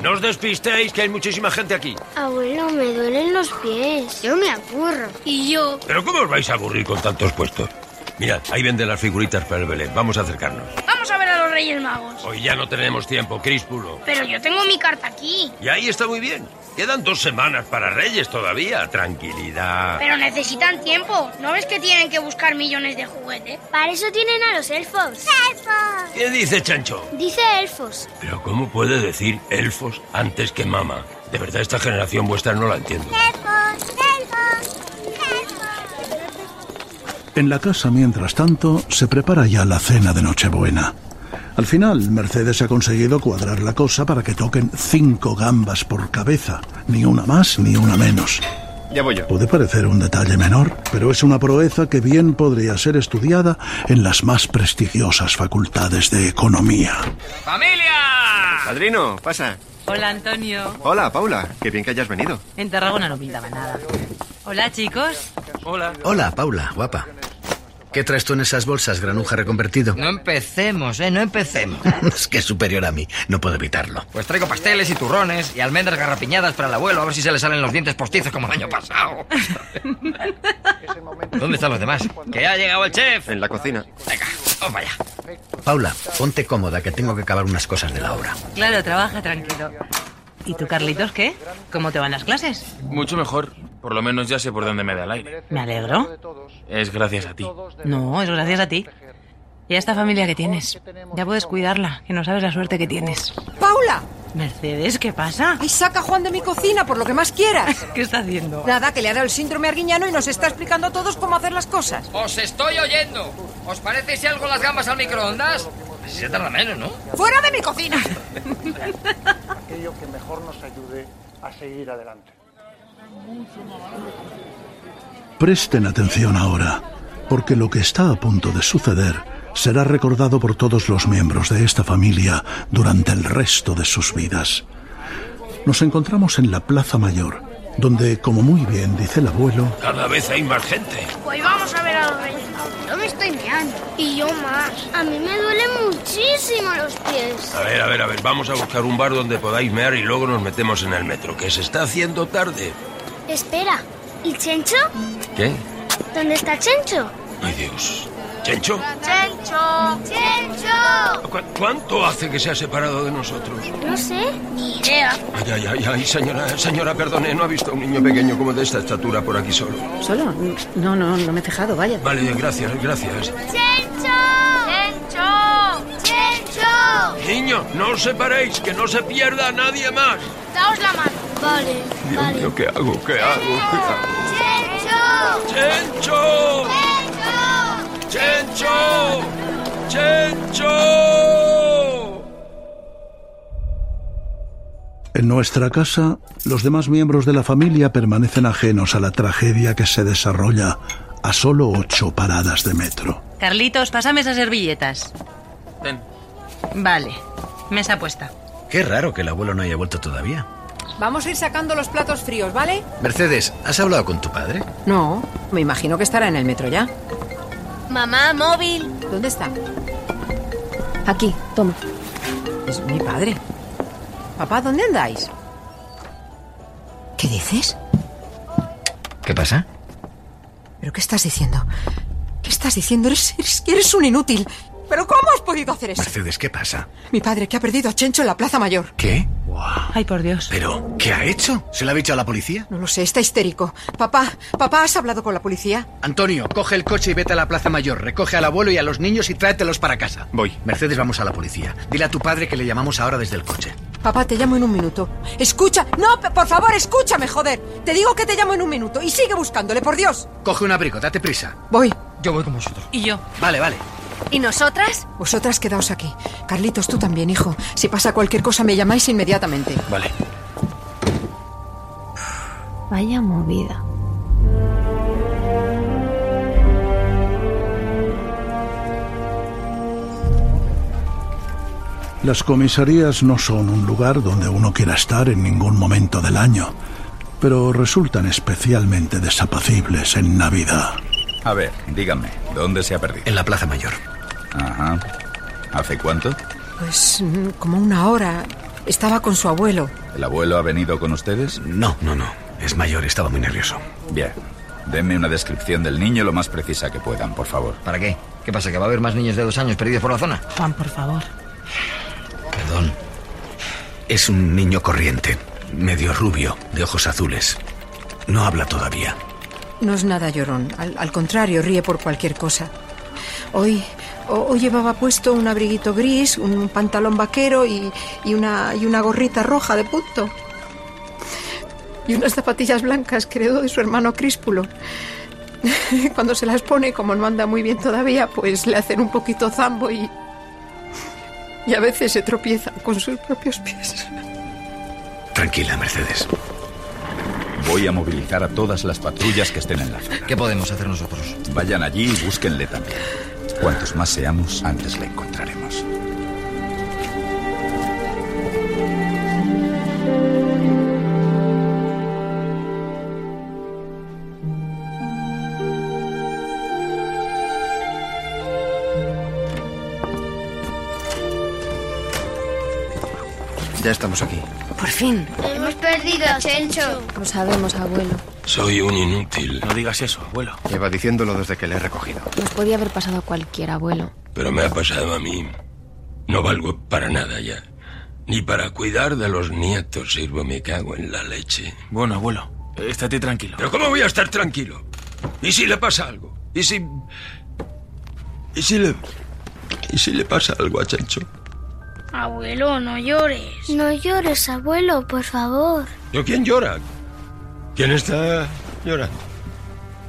Speaker 10: No os despistéis, que hay muchísima gente aquí.
Speaker 4: Abuelo, me duelen los pies. Yo me aburro. Y yo.
Speaker 10: ¿Pero cómo os vais a aburrir con tantos puestos? Mirad, ahí venden las figuritas para el Belén. Vamos a acercarnos.
Speaker 33: Vamos a ver a los Reyes Magos.
Speaker 10: Hoy ya no tenemos tiempo, Críspulo.
Speaker 33: Pero yo tengo mi carta aquí.
Speaker 10: Y ahí está muy bien. Quedan dos semanas para Reyes todavía. Tranquilidad.
Speaker 33: Pero necesitan tiempo. ¿No ves que tienen que buscar millones de juguetes? Para eso tienen a los elfos. ¡Elfos!
Speaker 10: ¿Qué dice Chancho?
Speaker 4: Dice elfos.
Speaker 10: Pero ¿cómo puede decir elfos antes que mama? De verdad, esta generación vuestra no la entiendo.
Speaker 4: Elfos, elfos.
Speaker 2: En la casa, mientras tanto, se prepara ya la cena de Nochebuena. Al final, Mercedes ha conseguido cuadrar la cosa para que toquen cinco gambas por cabeza, ni una más ni una menos.
Speaker 17: Ya voy yo.
Speaker 2: Puede parecer un detalle menor, pero es una proeza que bien podría ser estudiada en las más prestigiosas facultades de economía.
Speaker 6: ¡Familia!
Speaker 17: Padrino, pasa.
Speaker 18: Hola, Antonio.
Speaker 17: Hola, Paula. Qué bien que hayas venido.
Speaker 18: En Tarragona no pintaba nada. Hola, chicos.
Speaker 6: Hola.
Speaker 8: Hola, Paula, guapa. ¿Qué traes tú en esas bolsas, granuja reconvertido?
Speaker 6: No empecemos, ¿eh? No empecemos.
Speaker 8: es que es superior a mí, no puedo evitarlo.
Speaker 6: Pues traigo pasteles y turrones y almendras garrapiñadas para el abuelo, a ver si se le salen los dientes postizos como el año pasado. ¿Dónde están los demás? ¡Que ha llegado el chef!
Speaker 17: En la cocina.
Speaker 6: Venga, vamos allá.
Speaker 8: Paula, ponte cómoda, que tengo que acabar unas cosas de la obra.
Speaker 18: Claro, trabaja tranquilo. ¿Y tú, Carlitos, qué? ¿Cómo te van las clases?
Speaker 22: Mucho mejor. Por lo menos ya sé por dónde me da el aire.
Speaker 18: Me alegro.
Speaker 22: Es gracias a ti.
Speaker 18: No, es gracias a ti. Y a esta familia que tienes. Ya puedes cuidarla, que no sabes la suerte que tienes.
Speaker 3: ¡Paula!
Speaker 18: Mercedes, ¿qué pasa?
Speaker 3: ¡Ay, saca a Juan de mi cocina, por lo que más quieras!
Speaker 18: ¿Qué está haciendo?
Speaker 3: Nada, que le ha dado el síndrome arguiñano y nos está explicando a todos cómo hacer las cosas.
Speaker 6: ¡Os estoy oyendo! ¿Os parece si algo las gambas al microondas? Así se tarda menos, ¿no?
Speaker 3: ¡Fuera de mi cocina!
Speaker 5: Aquello que mejor nos ayude a seguir adelante.
Speaker 2: Presten atención ahora, porque lo que está a punto de suceder será recordado por todos los miembros de esta familia durante el resto de sus vidas. Nos encontramos en la Plaza Mayor, donde, como muy bien dice el abuelo,
Speaker 10: Cada vez hay más gente.
Speaker 33: Pues vamos a ver a los Reyes Magos. Yo me estoy meando. Y yo más.
Speaker 4: A mí me duelen muchísimo los pies.
Speaker 10: A ver, a ver, a ver, vamos a buscar un bar donde podáis mear y luego nos metemos en el metro, que se está haciendo tarde.
Speaker 4: Espera, ¿y Chencho?
Speaker 10: ¿Qué?
Speaker 4: ¿Dónde está Chencho?
Speaker 10: Ay, Dios. ¿Chencho?
Speaker 4: ¡Chencho! ¡Chencho!
Speaker 10: ¿Cu- ¿Cuánto hace que se ha separado de nosotros?
Speaker 4: No sé. Ni idea.
Speaker 10: Ay, ay, ay, ay, señora, señora, perdone, no ha visto a un niño pequeño como de esta estatura por aquí solo.
Speaker 9: ¿Solo? No, no, no me he dejado, vaya.
Speaker 10: Vale, gracias, gracias.
Speaker 4: ¡Chencho! ¡Chencho! ¡Chencho!
Speaker 10: Niños, no os separéis, que no se pierda a nadie más.
Speaker 33: Daos la mano.
Speaker 4: Vale,
Speaker 10: Dios
Speaker 4: vale.
Speaker 10: mío, ¿qué hago? ¿Qué hago? ¿Qué
Speaker 4: ¡Chencho!
Speaker 10: hago? ¡Chencho! ¡Chencho! ¡Chencho!
Speaker 2: En nuestra casa, los demás miembros de la familia permanecen ajenos a la tragedia que se desarrolla a solo ocho paradas de metro.
Speaker 18: Carlitos, pásame esas servilletas.
Speaker 22: Ten.
Speaker 18: Vale. Mesa puesta.
Speaker 8: Qué raro que el abuelo no haya vuelto todavía.
Speaker 3: Vamos a ir sacando los platos fríos, ¿vale?
Speaker 8: Mercedes, ¿has hablado con tu padre?
Speaker 1: No, me imagino que estará en el metro ya.
Speaker 7: Mamá, móvil.
Speaker 1: ¿Dónde está? Aquí, toma. Es mi padre. Papá, ¿dónde andáis? ¿Qué dices?
Speaker 6: ¿Qué pasa?
Speaker 1: ¿Pero qué estás diciendo? ¿Qué estás diciendo? Eres, eres, eres un inútil. ¿Pero cómo has podido hacer eso?
Speaker 8: Mercedes, ¿qué pasa?
Speaker 1: Mi padre, que ha perdido a Chencho en la Plaza Mayor.
Speaker 8: ¿Qué?
Speaker 18: Ay, por Dios.
Speaker 8: ¿Pero qué ha hecho? ¿Se lo ha dicho a la policía?
Speaker 3: No lo sé, está histérico. Papá, papá, ¿has hablado con la policía?
Speaker 8: Antonio, coge el coche y vete a la Plaza Mayor. Recoge al abuelo y a los niños y tráetelos para casa. Voy. Mercedes, vamos a la policía. Dile a tu padre que le llamamos ahora desde el coche.
Speaker 3: Papá, te llamo en un minuto. Escucha, no, p- por favor, escúchame, joder. Te digo que te llamo en un minuto y sigue buscándole, por Dios.
Speaker 8: Coge un abrigo, date prisa.
Speaker 3: Voy.
Speaker 8: Yo voy con vosotros.
Speaker 3: ¿Y yo?
Speaker 8: Vale, vale.
Speaker 3: ¿Y nosotras? Vosotras quedaos aquí. Carlitos, tú también, hijo. Si pasa cualquier cosa, me llamáis inmediatamente.
Speaker 8: Vale.
Speaker 9: Vaya movida.
Speaker 2: Las comisarías no son un lugar donde uno quiera estar en ningún momento del año, pero resultan especialmente desapacibles en Navidad.
Speaker 37: A ver, dígame, ¿dónde se ha perdido?
Speaker 8: En la Plaza Mayor.
Speaker 37: Ajá. ¿Hace cuánto?
Speaker 3: Pues mm, como una hora. Estaba con su abuelo.
Speaker 37: ¿El abuelo ha venido con ustedes?
Speaker 8: No, no, no. Es mayor, estaba muy nervioso.
Speaker 37: Bien. Denme una descripción del niño lo más precisa que puedan, por favor.
Speaker 6: ¿Para qué? ¿Qué pasa? ¿Que va a haber más niños de dos años perdidos por la zona?
Speaker 18: Juan, por favor.
Speaker 8: Perdón. Es un niño corriente, medio rubio, de ojos azules. No habla todavía.
Speaker 3: No es nada llorón. Al, al contrario, ríe por cualquier cosa. Hoy, ho- hoy llevaba puesto un abriguito gris, un pantalón vaquero y, y una, y una gorrita roja de punto. Y unas zapatillas blancas que heredó de su hermano Críspulo. Cuando se las pone, como no anda muy bien todavía, pues le hacen un poquito zambo y. Y a veces se tropieza con sus propios pies.
Speaker 37: Tranquila, Mercedes. Voy a movilizar a todas las patrullas que estén en la zona.
Speaker 6: ¿Qué podemos hacer nosotros?
Speaker 37: Vayan allí y búsquenle también. Cuantos más seamos, antes le encontraremos.
Speaker 17: Ya estamos aquí.
Speaker 9: Por fin.
Speaker 33: Hemos perdido a Chencho.
Speaker 9: Lo sabemos, abuelo.
Speaker 17: Soy un inútil.
Speaker 22: No digas eso, abuelo.
Speaker 17: Lleva diciéndolo desde que le he recogido.
Speaker 9: Nos podía haber pasado a cualquier abuelo.
Speaker 10: Pero me ha pasado a mí. No valgo para nada ya. Ni para cuidar de los nietos sirvo, me cago en la leche.
Speaker 22: Bueno, abuelo, estate tranquilo.
Speaker 10: ¿Pero cómo voy a estar tranquilo? ¿Y si le pasa algo? ¿Y si... ¿Y si le... ¿Y si le pasa algo a Chencho?
Speaker 33: Abuelo, no llores.
Speaker 4: No llores, abuelo, por favor.
Speaker 10: ¿Yo quién llora? ¿Quién está llorando?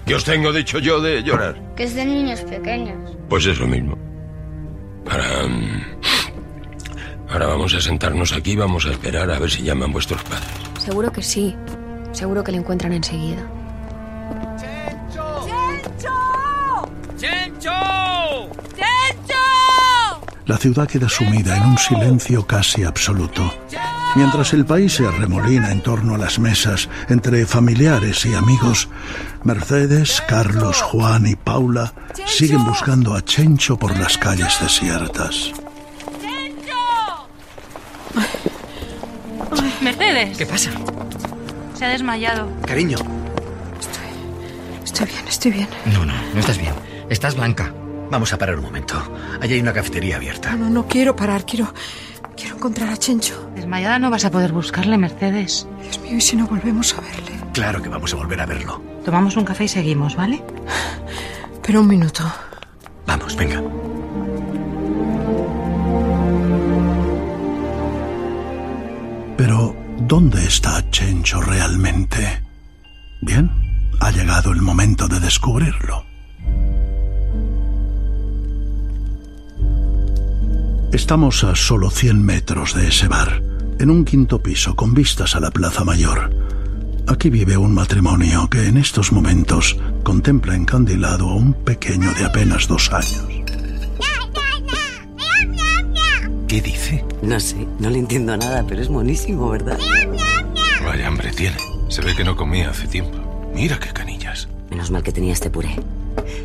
Speaker 10: ¿Qué os tengo dicho yo de llorar?
Speaker 33: Que es de niños pequeños.
Speaker 10: Pues eso mismo. Ahora, mm, ahora vamos a sentarnos aquí, vamos a esperar a ver si llaman vuestros padres.
Speaker 9: Seguro que sí. Seguro que le encuentran enseguida.
Speaker 12: ¡Chencho!
Speaker 2: La ciudad queda sumida en un silencio casi absoluto, mientras el país se arremolina en torno a las mesas entre familiares y amigos. Mercedes, Carlos, Juan y Paula siguen buscando a Chencho por las calles desiertas.
Speaker 18: Mercedes.
Speaker 6: ¿Qué pasa?
Speaker 18: Se ha desmayado.
Speaker 8: Cariño.
Speaker 3: Estoy bien, estoy bien.
Speaker 8: No, no, no estás bien. Estás blanca. Vamos a parar un momento. Allí hay una cafetería abierta.
Speaker 3: Ah, No, no quiero parar, quiero. Quiero encontrar a Chencho.
Speaker 18: Desmayada no vas a poder buscarle, Mercedes.
Speaker 3: Dios mío, ¿y si no volvemos a verle?
Speaker 8: Claro que vamos a volver a verlo.
Speaker 18: Tomamos un café y seguimos, ¿vale?
Speaker 3: Pero un minuto.
Speaker 8: Vamos, venga.
Speaker 2: Pero, ¿dónde está Chencho realmente? Bien, ha llegado el momento de descubrirlo. Estamos a solo 100 metros de ese bar, en un quinto piso con vistas a la Plaza Mayor. Aquí vive un matrimonio que en estos momentos contempla encandilado a un pequeño de apenas dos años.
Speaker 23: ¿Qué dice? No sé, no le entiendo nada, pero es monísimo, ¿verdad?
Speaker 38: Vaya hambre tiene. Se ve que no comía hace tiempo. Mira qué canillas.
Speaker 23: Menos mal que tenía este puré.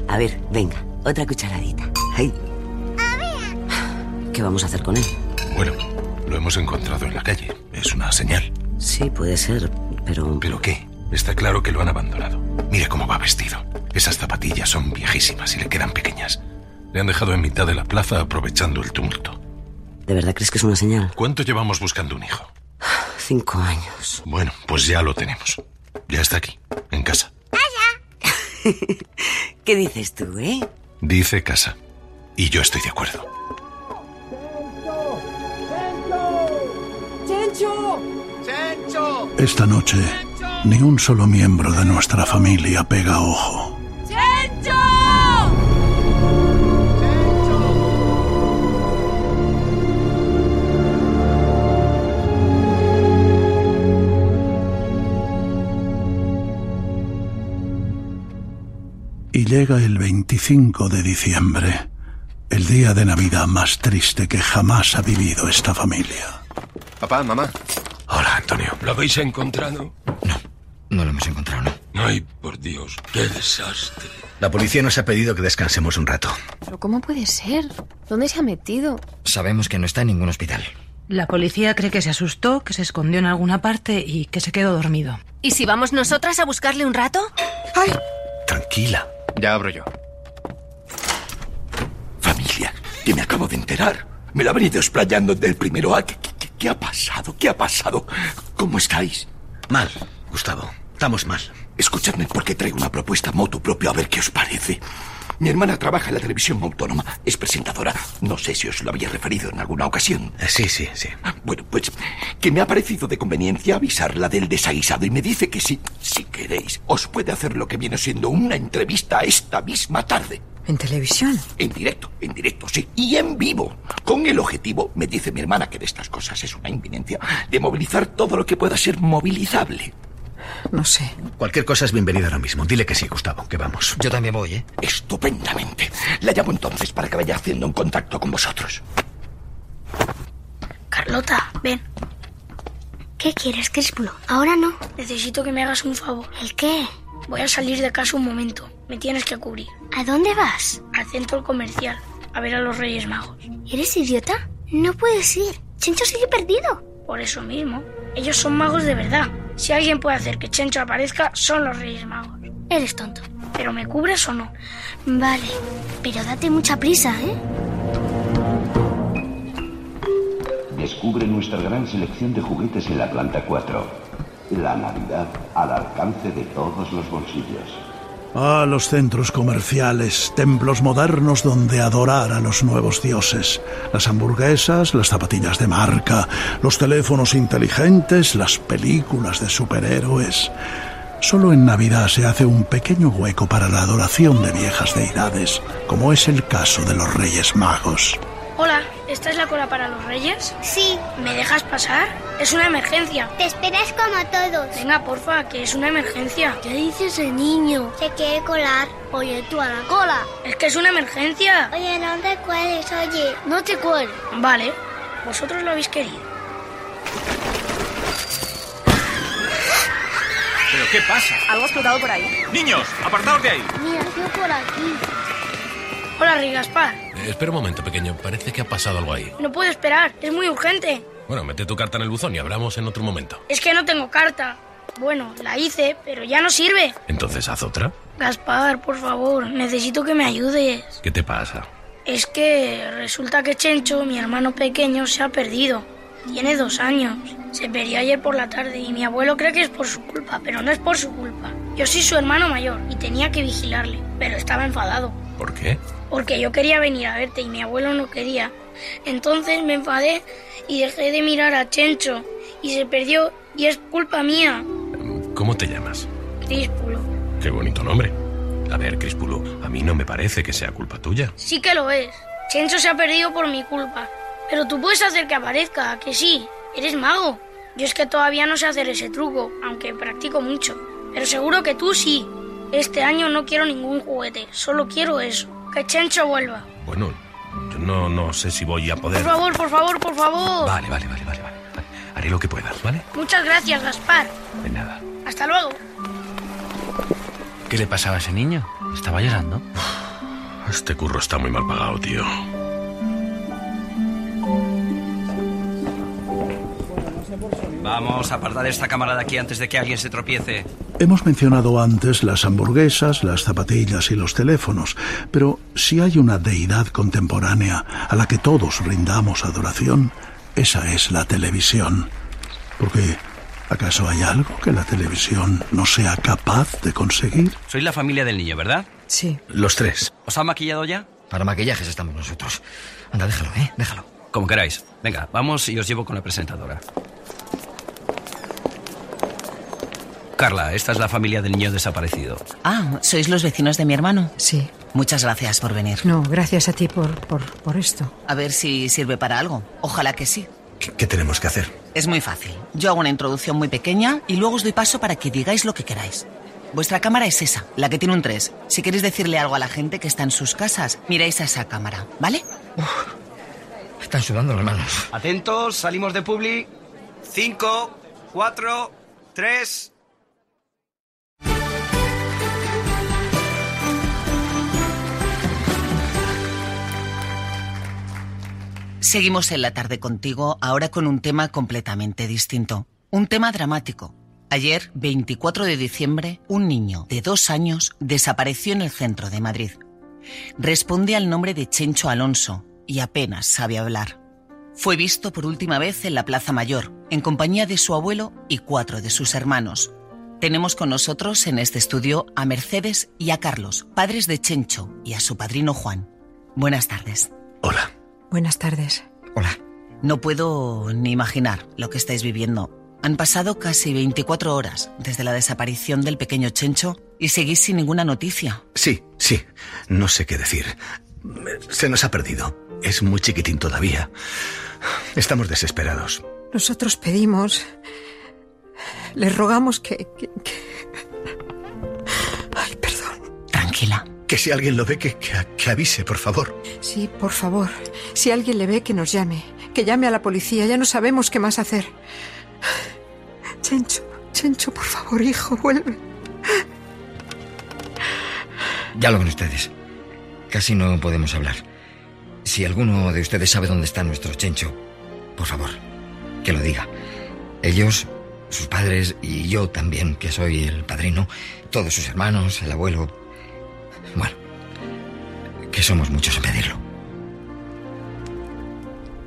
Speaker 23: A ver, venga, otra cucharadita. Ay. ¿Qué vamos a hacer con él?
Speaker 38: Bueno, lo hemos encontrado en la calle. Es una señal.
Speaker 23: Sí, puede ser, pero...
Speaker 38: ¿Pero qué? Está claro que lo han abandonado. Mira cómo va vestido. Esas zapatillas son viejísimas y le quedan pequeñas. Le han dejado en mitad de la plaza aprovechando el tumulto.
Speaker 23: ¿De verdad crees que es una señal?
Speaker 38: ¿Cuánto llevamos buscando un hijo?
Speaker 39: cinco años.
Speaker 17: Bueno, pues ya lo tenemos. Ya está aquí, en casa.
Speaker 39: ¿Qué dices tú, eh?
Speaker 17: Dice casa. Y yo estoy de acuerdo.
Speaker 18: ¡Chencho! ¡Chencho!
Speaker 2: Esta noche, ni un solo miembro de nuestra familia pega ojo.
Speaker 18: ¡Chencho!
Speaker 2: Y llega el 25 de diciembre, el día de Navidad más triste que jamás ha vivido esta familia.
Speaker 40: Papá, mamá.
Speaker 41: Hola, Antonio. ¿Lo habéis encontrado?
Speaker 42: No lo hemos encontrado, no.
Speaker 41: Ay, por Dios, qué desastre.
Speaker 43: La policía nos ha pedido que descansemos un rato.
Speaker 9: ¿Pero cómo puede ser? ¿Dónde se ha metido?
Speaker 42: Sabemos que no está en ningún hospital.
Speaker 32: La policía cree que se asustó, que se escondió en alguna parte y que se quedó dormido.
Speaker 7: ¿Y si vamos nosotras a buscarle un rato?
Speaker 3: ¡Ay!
Speaker 17: Tranquila.
Speaker 40: Ya abro yo.
Speaker 5: Familia, que me acabo de enterar. Me lo ha venido explayando del primero A. ¿Qué, qué- qué ha pasado? ¿Qué ha pasado? ¿Cómo estáis?
Speaker 43: Mal, Gustavo. Estamos mal.
Speaker 5: Escuchadme porque traigo una propuesta motu propio a ver qué os parece. Mi hermana trabaja en la televisión autónoma, es presentadora. No sé si os lo había referido en alguna ocasión.
Speaker 43: Eh, Sí, sí, sí.
Speaker 5: Bueno, pues que me ha parecido de conveniencia avisarla del desaguisado y me dice que sí, si queréis, os puede hacer lo que viene siendo una entrevista esta misma tarde.
Speaker 3: ¿En televisión?
Speaker 5: En directo, en directo, sí. Y en vivo. Con el objetivo, me dice mi hermana que de estas cosas es una inminencia, de movilizar todo lo que pueda ser movilizable.
Speaker 3: No sé.
Speaker 43: Cualquier cosa es bienvenida ahora mismo. Dile que sí, Gustavo, que vamos.
Speaker 42: Yo también voy, ¿eh?
Speaker 5: Estupendamente. La llamo entonces para que vaya haciendo un contacto con vosotros.
Speaker 44: Carlota, ven. ¿Qué quieres, Crespulo? Ahora no.
Speaker 4: Necesito que me hagas un favor.
Speaker 44: ¿El qué?
Speaker 4: Voy a salir de casa un momento. Me tienes que cubrir.
Speaker 44: ¿A dónde vas?
Speaker 4: Al centro comercial. A ver a los Reyes Magos.
Speaker 44: ¿Eres idiota? No puedes ir. Chencho sigue perdido.
Speaker 4: Por eso mismo. Ellos son magos de verdad. Si alguien puede hacer que Chencho aparezca, son los Reyes Magos.
Speaker 44: Eres tonto.
Speaker 4: ¿Pero me cubres o no?
Speaker 44: Vale, pero date mucha prisa, ¿eh?
Speaker 8: Descubre nuestra gran selección de juguetes en la planta 4. La Navidad al alcance de todos los bolsillos.
Speaker 2: Ah, los centros comerciales, templos modernos donde adorar a los nuevos dioses. Las hamburguesas, las zapatillas de marca, los teléfonos inteligentes, las películas de superhéroes. Solo en Navidad se hace un pequeño hueco para la adoración de viejas deidades, como es el caso de los Reyes Magos.
Speaker 4: Hola, ¿esta es la cola para los Reyes?
Speaker 44: Sí.
Speaker 4: ¿Me dejas pasar? Es una emergencia.
Speaker 44: Te esperas como todos.
Speaker 4: Venga, porfa, que es una emergencia.
Speaker 44: ¿Qué dice ese niño? Se quiere colar. Oye, tú a la cola.
Speaker 4: Es que es una emergencia.
Speaker 44: Oye, no te cueles, oye.
Speaker 4: No te cuel. Vale, vosotros lo habéis querido.
Speaker 45: ¿Pero qué pasa?
Speaker 18: Algo ha explotado por ahí.
Speaker 45: Niños, apartaos de ahí.
Speaker 44: Mira, yo por aquí.
Speaker 4: Hola, Rigaspar.
Speaker 10: Eh, espera un momento, pequeño. Parece que ha pasado algo ahí.
Speaker 4: No puedo esperar, es muy urgente.
Speaker 10: Bueno, mete tu carta en el buzón y hablamos en otro momento.
Speaker 4: Es que no tengo carta. Bueno, la hice, pero ya no sirve.
Speaker 10: Entonces haz otra.
Speaker 4: Gaspar, por favor, necesito que me ayudes.
Speaker 10: ¿Qué te pasa?
Speaker 4: Es que resulta que Chencho, mi hermano pequeño, se ha perdido. Tiene dos años. Se perdió ayer por la tarde y mi abuelo cree que es por su culpa, pero no es por su culpa. Yo soy su hermano mayor y tenía que vigilarle, pero estaba enfadado.
Speaker 10: ¿Por qué?
Speaker 4: Porque yo quería venir a verte y mi abuelo no quería. Entonces me enfadé y dejé de mirar a Chencho y se perdió y es culpa mía.
Speaker 10: ¿Cómo te llamas?
Speaker 4: Díspulo.
Speaker 10: Qué bonito nombre. A ver, Crispulo, a mí no me parece que sea culpa tuya.
Speaker 4: Sí que lo es. Chencho se ha perdido por mi culpa. Pero tú puedes hacer que aparezca, ¿a que sí. Eres mago. Yo es que todavía no sé hacer ese truco, aunque practico mucho. Pero seguro que tú sí. Este año no quiero ningún juguete, solo quiero eso. Que Chencho vuelva.
Speaker 10: Bueno, yo no, no sé si voy a
Speaker 4: Por
Speaker 10: poder...
Speaker 4: favor, por favor, por favor.
Speaker 10: Vale, vale, vale, vale, vale. vale. Haré lo que pueda, ¿vale?
Speaker 4: Muchas gracias, Gaspar.
Speaker 10: De nada.
Speaker 4: Hasta luego.
Speaker 10: ¿Qué le pasaba a ese niño? ¿Estaba llorando? Este curro está muy mal pagado, tío.
Speaker 30: Vamos, apartad esta cámara de aquí antes de que alguien se tropiece.
Speaker 2: Hemos mencionado antes las hamburguesas, las zapatillas y los teléfonos, pero si hay una deidad contemporánea a la que todos rindamos adoración, esa es la televisión. Porque, ¿acaso hay algo que la televisión no sea capaz de conseguir?
Speaker 46: Sois la familia del niño, ¿verdad?
Speaker 3: Sí.
Speaker 8: Los tres.
Speaker 46: ¿Os han maquillado ya?
Speaker 6: Para maquillajes estamos nosotros. Anda, déjalo, ¿eh? Déjalo.
Speaker 46: Como queráis. Venga, vamos y os llevo con la presentadora. Carla, esta es la familia del niño desaparecido.
Speaker 47: Ah, ¿sois los vecinos de mi hermano?
Speaker 3: Sí.
Speaker 47: Ah, Muchas gracias por venir.
Speaker 3: No, gracias a ti por, por, por esto.
Speaker 47: A ver si sirve para algo. Ojalá que sí.
Speaker 8: ¿Qué, qué tenemos que hacer?
Speaker 47: Es muy fácil. Yo hago una introducción muy pequeña y luego os doy paso para que digáis lo que queráis. Vuestra cámara es esa, la que tiene un 3. Si queréis decirle algo a la gente que está en sus casas, miráis a esa cámara, ¿vale?
Speaker 6: Están sudando las manos.
Speaker 46: Atentos, salimos de Publi. Cinco, cuatro, tres...
Speaker 47: Seguimos en la tarde contigo, ahora con un tema completamente distinto. Un tema dramático. Ayer, 24 de diciembre, un niño de dos años desapareció en el centro de Madrid. Responde al nombre de Chencho Alonso y apenas sabe hablar. Fue visto por última vez en la Plaza Mayor, en compañía de su abuelo y cuatro de sus hermanos. Tenemos con nosotros en este estudio a Mercedes y a Carlos, padres de Chencho, y a su padrino Juan. Buenas tardes.
Speaker 8: Hola.
Speaker 3: Buenas tardes.
Speaker 8: Hola.
Speaker 47: No puedo ni imaginar lo que estáis viviendo. Han pasado casi 24 horas desde la desaparición del pequeño Chencho y seguís sin ninguna noticia.
Speaker 8: Sí, sí. No sé qué decir. Se nos ha perdido. Es muy chiquitín todavía. Estamos desesperados.
Speaker 3: Nosotros pedimos, les rogamos que... que- que- Ay, perdón.
Speaker 47: Tranquila.
Speaker 8: Que si alguien lo ve, que, que- que avise, por favor.
Speaker 3: Sí, por favor, si alguien le ve, que nos llame. Que llame a la policía, ya no sabemos qué más hacer. Chencho, Chencho, por favor, hijo, vuelve.
Speaker 6: Ya lo ven ustedes. Casi no podemos hablar. Si alguno de ustedes sabe dónde está nuestro chencho, por favor, que lo diga. Ellos, sus padres y yo también, que soy el padrino, todos sus hermanos, el abuelo. Bueno, que somos muchos en pedirlo.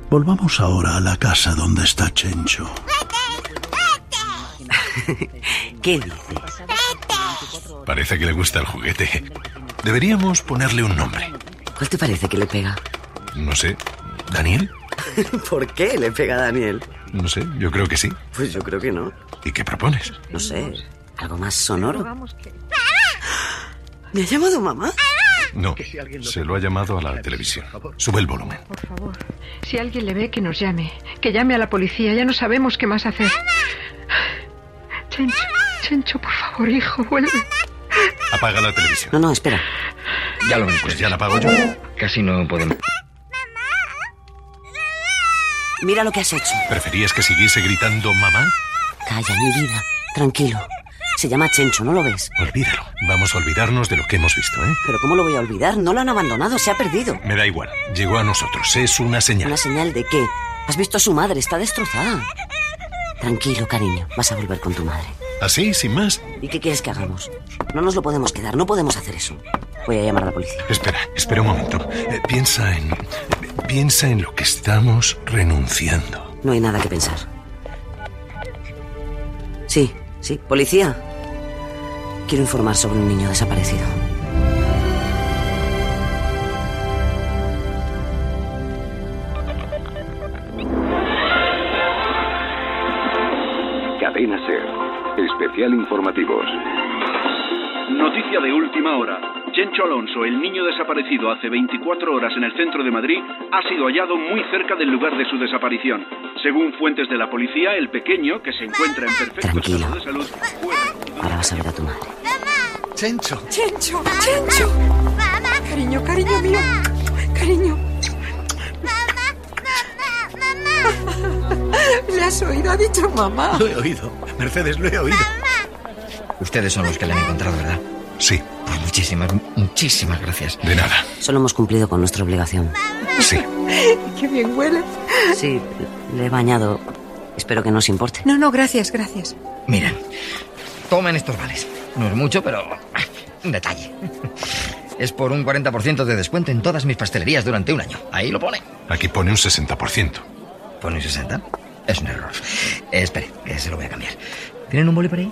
Speaker 2: Volvamos ahora a la casa donde está Chencho.
Speaker 47: ¿Qué dices?
Speaker 8: Parece que le gusta el juguete. Deberíamos ponerle un nombre.
Speaker 7: ¿Cuál te parece que le pega?
Speaker 8: No sé. ¿Daniel?
Speaker 7: ¿Por qué le pega a Daniel?
Speaker 8: No sé. Yo creo que sí.
Speaker 7: Pues yo creo que no.
Speaker 8: ¿Y qué propones?
Speaker 7: No sé, algo más sonoro. ¿Me ha llamado mamá?
Speaker 8: No. Se lo ha llamado a la televisión. Sube el volumen.
Speaker 3: Por favor, si alguien le ve, que nos llame. Que llame a la policía, ya no sabemos qué más hacer. Chencho, Chencho, por favor, hijo, vuelve.
Speaker 8: Apaga la televisión.
Speaker 7: No, no, espera.
Speaker 6: Ya lo ven
Speaker 8: Pues
Speaker 6: ustedes.
Speaker 8: ya la apago yo.
Speaker 6: Casi no podemos.
Speaker 7: Mira lo que has hecho.
Speaker 8: ¿Preferías que siguiese gritando mamá?
Speaker 7: Calla, mi vida. Tranquilo. Se llama Chencho, ¿no lo ves?
Speaker 8: Olvídalo. Vamos a olvidarnos de lo que hemos visto, ¿eh?
Speaker 7: Pero ¿cómo lo voy a olvidar? No lo han abandonado, se ha perdido.
Speaker 8: Me da igual. Llegó a nosotros. Es una señal.
Speaker 7: ¿Una señal de qué? Has visto a su madre, está destrozada. Tranquilo, cariño. Vas a volver con tu madre.
Speaker 8: ¿Así? ¿Sin más?
Speaker 7: ¿Y qué quieres que hagamos? No nos lo podemos quedar, no podemos hacer eso. Voy a llamar a la policía.
Speaker 8: Espera, espera un momento. Eh, piensa en. Piensa en lo que estamos renunciando.
Speaker 7: No hay nada que pensar. Sí, sí, policía. Quiero informar sobre un niño desaparecido.
Speaker 1: Cadena Ser. Especial informativos.
Speaker 48: Noticia de última hora. Chencho Alonso, el niño desaparecido hace 24 horas en el centro de Madrid, ha sido hallado muy cerca del lugar de su desaparición. Según fuentes de la policía, el pequeño, que se encuentra en perfecto
Speaker 7: Tranquilo.
Speaker 48: estado de salud, fue
Speaker 7: Ahora vas a ver a tu madre.
Speaker 8: Chencho.
Speaker 3: Chencho, Chencho. Cariño, cariño mío. Cariño. ¿Le has oído? Ha dicho mamá.
Speaker 8: Lo he oído. Mercedes, lo he oído.
Speaker 6: Ustedes son los que le han encontrado, ¿verdad?
Speaker 8: Sí.
Speaker 6: Pues muchísimas, muchísimas gracias.
Speaker 8: De nada.
Speaker 7: Solo hemos cumplido con nuestra obligación.
Speaker 8: Sí.
Speaker 3: Qué bien huele.
Speaker 7: Sí, le he bañado. Espero que no os importe.
Speaker 3: No, no, gracias, gracias.
Speaker 6: Miren, tomen estos vales. No es mucho, pero ah, un detalle. Es por un 40% de descuento en todas mis pastelerías durante un año. Ahí lo pone.
Speaker 8: Aquí pone un 60%.
Speaker 6: ¿Pone un 60? Es un error. Eh, espere, que se lo voy a cambiar. ¿Tienen un boli por ahí?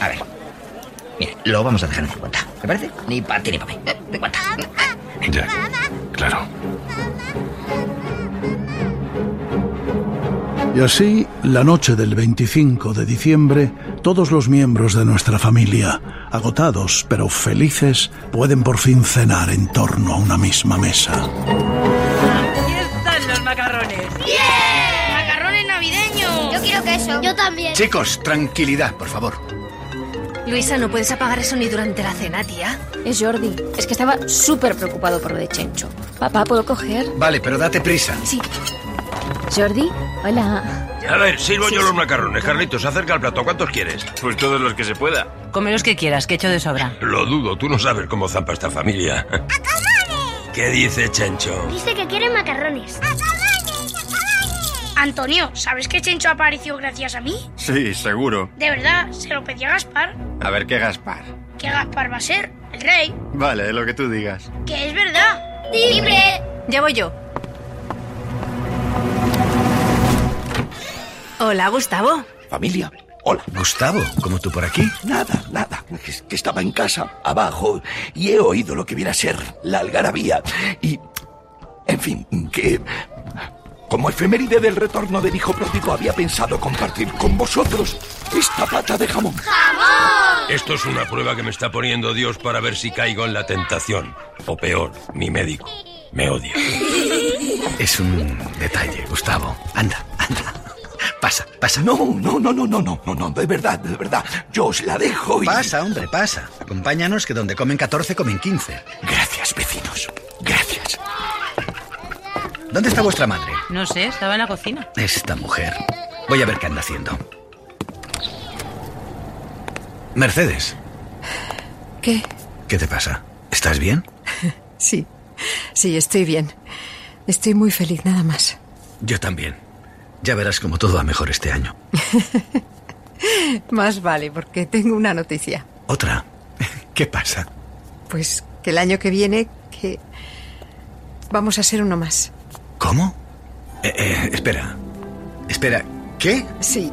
Speaker 6: A ver. Mire, lo vamos a dejar en 50. ¿Me parece? Ni para ti ni para mí. Eh, 50.
Speaker 49: Ya, claro.
Speaker 2: Y así, la noche del 25 de diciembre, todos los miembros de nuestra familia, agotados pero felices, pueden por fin cenar en torno a una misma mesa.
Speaker 4: Aquí están los macarrones. ¡Bien! ¡Macarrones navideños! Yo quiero queso. Yo también.
Speaker 8: Chicos, tranquilidad, por favor.
Speaker 7: Luisa, no puedes apagar eso ni durante la cena, tía.
Speaker 9: Es Jordi. Es que estaba súper preocupado por lo de Chencho. Papá, ¿puedo coger?
Speaker 8: Vale, pero date prisa.
Speaker 9: Sí. Jordi, hola.
Speaker 10: A ver, sirvo yo los macarrones. Carlitos, acerca al plato. ¿Cuántos quieres? Pues todos los que se pueda.
Speaker 32: Come los que quieras, que echo de sobra.
Speaker 10: Lo dudo, tú no sabes cómo zampa esta familia. ¿Qué dice Chencho?
Speaker 4: Dice que quiere macarrones. Antonio, ¿sabes que Chencho apareció gracias a mí?
Speaker 17: Sí, seguro.
Speaker 4: De verdad, se lo pedí a Gaspar.
Speaker 17: A ver qué Gaspar.
Speaker 4: ¿Qué Gaspar va a ser? El rey.
Speaker 17: Vale, lo que tú digas.
Speaker 4: Que es verdad. ¡Libre!
Speaker 7: Ya voy yo. Hola, Gustavo.
Speaker 5: Familia, hola.
Speaker 8: Gustavo, ¿cómo tú por aquí?
Speaker 5: Nada, nada. Es que estaba en casa, abajo, y he oído lo que viene a ser la algarabía. Y, en fin, que... Como efeméride del retorno del hijo pródigo, había pensado compartir con vosotros esta pata de jamón.
Speaker 10: Esto es una prueba que me está poniendo Dios para ver si caigo en la tentación. O peor, mi médico. Me odia.
Speaker 8: Es un detalle, Gustavo. Anda, anda. Pasa, pasa.
Speaker 5: No, no, no, no, no, no, no, no, de verdad, de verdad. Yo os la dejo y...
Speaker 8: Pasa, hombre, pasa. Acompáñanos que donde comen 14 comen 15.
Speaker 5: Gracias, vecinos. Gracias.
Speaker 8: ¿Dónde está vuestra madre?
Speaker 32: No sé, estaba en la cocina.
Speaker 8: Esta mujer. Voy a ver qué anda haciendo. Mercedes,
Speaker 3: ¿Qué?
Speaker 8: ¿qué te pasa? ¿Estás bien?
Speaker 3: Sí. Sí, estoy bien. Estoy muy feliz, nada más.
Speaker 8: Yo también. Ya verás como todo va mejor este año.
Speaker 3: Más vale, porque tengo una noticia.
Speaker 8: ¿Otra? ¿Qué pasa?
Speaker 3: Pues que el año que viene que vamos a ser uno más.
Speaker 8: ¿Cómo? Eh, eh, espera. Espera, ¿qué?
Speaker 3: Sí.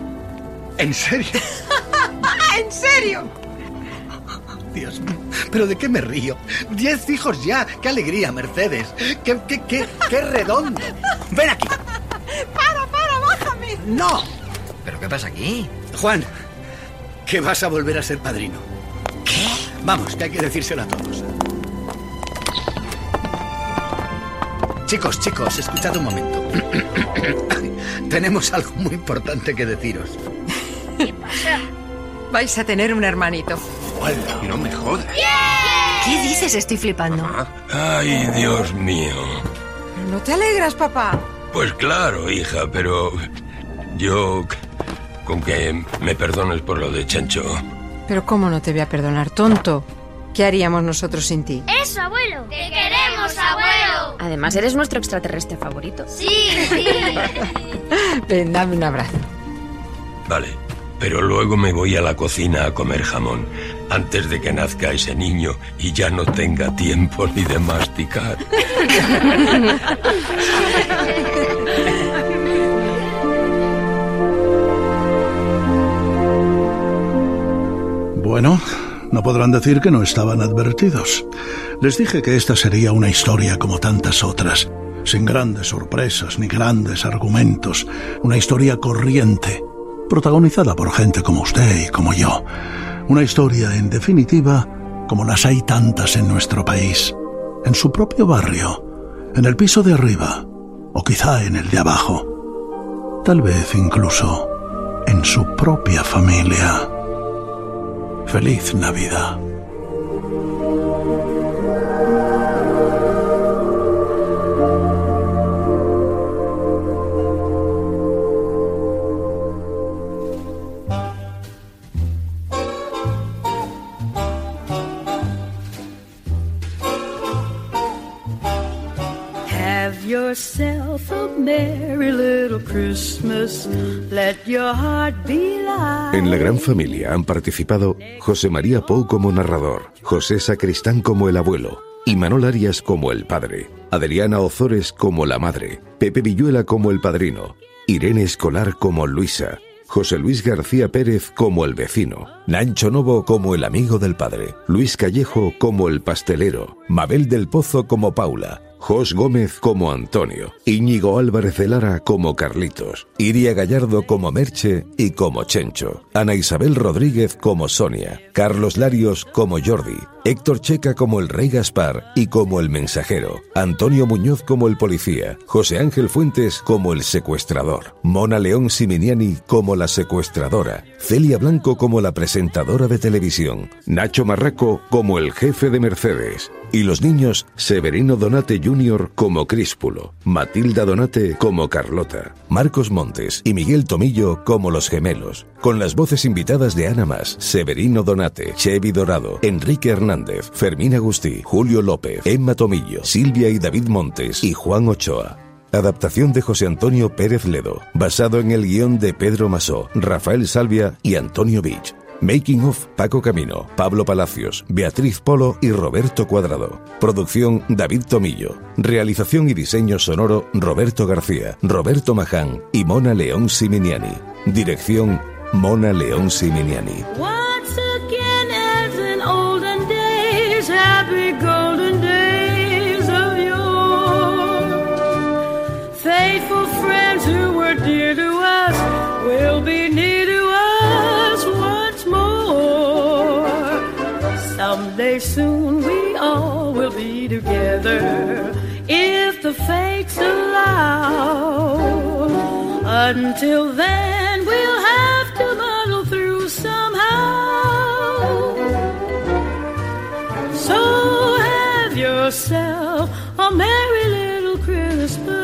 Speaker 8: ¿En serio?
Speaker 3: ¿En serio?
Speaker 8: Dios mío, ¿pero de qué me río? Diez hijos ya. ¡Qué alegría, Mercedes! ¡Qué, qué, qué, qué redondo! ¡Ven aquí!
Speaker 3: Para, para, bájame.
Speaker 8: ¡No!
Speaker 6: ¿Pero qué pasa aquí?
Speaker 8: Juan, que vas a volver a ser padrino. ¿Qué? Vamos, que hay que decírselo a todos. Chicos, chicos, escuchad un momento. Tenemos algo muy importante que deciros.
Speaker 4: ¿Qué pasa?
Speaker 3: Vais a tener un hermanito.
Speaker 17: Hola, no me jodas.
Speaker 7: ¿Qué dices? Estoy flipando.
Speaker 10: Ay, Dios mío.
Speaker 3: ¿No te alegras, papá?
Speaker 10: Pues claro, hija, pero yo con que me perdones por lo de Chencho.
Speaker 3: Pero ¿cómo no te voy a perdonar, tonto? ¿Qué haríamos nosotros sin ti?
Speaker 50: Eso, abuelo. Te queremos, abuelo.
Speaker 9: Además, eres nuestro extraterrestre favorito.
Speaker 50: Sí, sí.
Speaker 3: Ven, dame un abrazo.
Speaker 10: Vale, pero luego me voy a la cocina a comer jamón antes de que nazca ese niño y ya no tenga tiempo ni de masticar.
Speaker 2: Bueno, no podrán decir que no estaban advertidos. Les dije que esta sería una historia como tantas otras, sin grandes sorpresas ni grandes argumentos, una historia corriente, protagonizada por gente como usted y como yo. Una historia, en definitiva, como las hay tantas en nuestro país, en su propio barrio, en el piso de arriba, o quizá en el de abajo, tal vez incluso en su propia familia. Feliz Navidad.
Speaker 18: Have yourself a merry little Christmas. Let your heart be light.
Speaker 1: En la gran familia han participado José María Pou como narrador, José Sacristán como el abuelo, Imanol Arias como el padre, Adriana Ozores como la madre, Pepe Villuela como el padrino, Irene Escolar como Luisa, José Luis García Pérez como el vecino, Nancho Novo como el amigo del padre, Luis Callejo como el pastelero, Mabel del Pozo como Paula, Jos Gómez como Antonio, Íñigo Álvarez de Lara como Carlitos, Iria Gallardo como Merche y como Chencho, Ana Isabel Rodríguez como Sonia, Carlos Larios como Jordi, Héctor Checa como el Rey Gaspar y como el mensajero, Antonio Muñoz como el policía, José Ángel Fuentes como el secuestrador, Mona León Siminiani como la secuestradora, Celia Blanco como la presentadora de televisión, Nacho Marraco como el jefe de Mercedes, y los niños Severino Donate Jr. como Críspulo, Matilda Donate como Carlota, Marcos Montes y Miguel Tomillo como los gemelos, con las voces invitadas de Ana Más, Severino Donate, Chevy Dorado, Enrique Hernández, Fermín Agustí, Julio López, Emma Tomillo, Silvia y David Montes y Juan Ochoa. Adaptación de José Antonio Pérez Ledo, basado en el guión de Pedro Masó, Rafael Salvia y Antonio Vich. Making of Paco Camino, Pablo Palacios, Beatriz Polo y Roberto Cuadrado. Producción David Tomillo. Realización y diseño sonoro Roberto García, Roberto Maján y Mona León Siminiani. Dirección Mona León Siminiani.
Speaker 18: Once again, as in olden days, happy golden days of yore. Faithful friends who were dear to us will be near to us once more. Someday soon we all will be together if the fates allow. Until then, we'll have to muddle through somehow. So have yourself a merry little Christmas.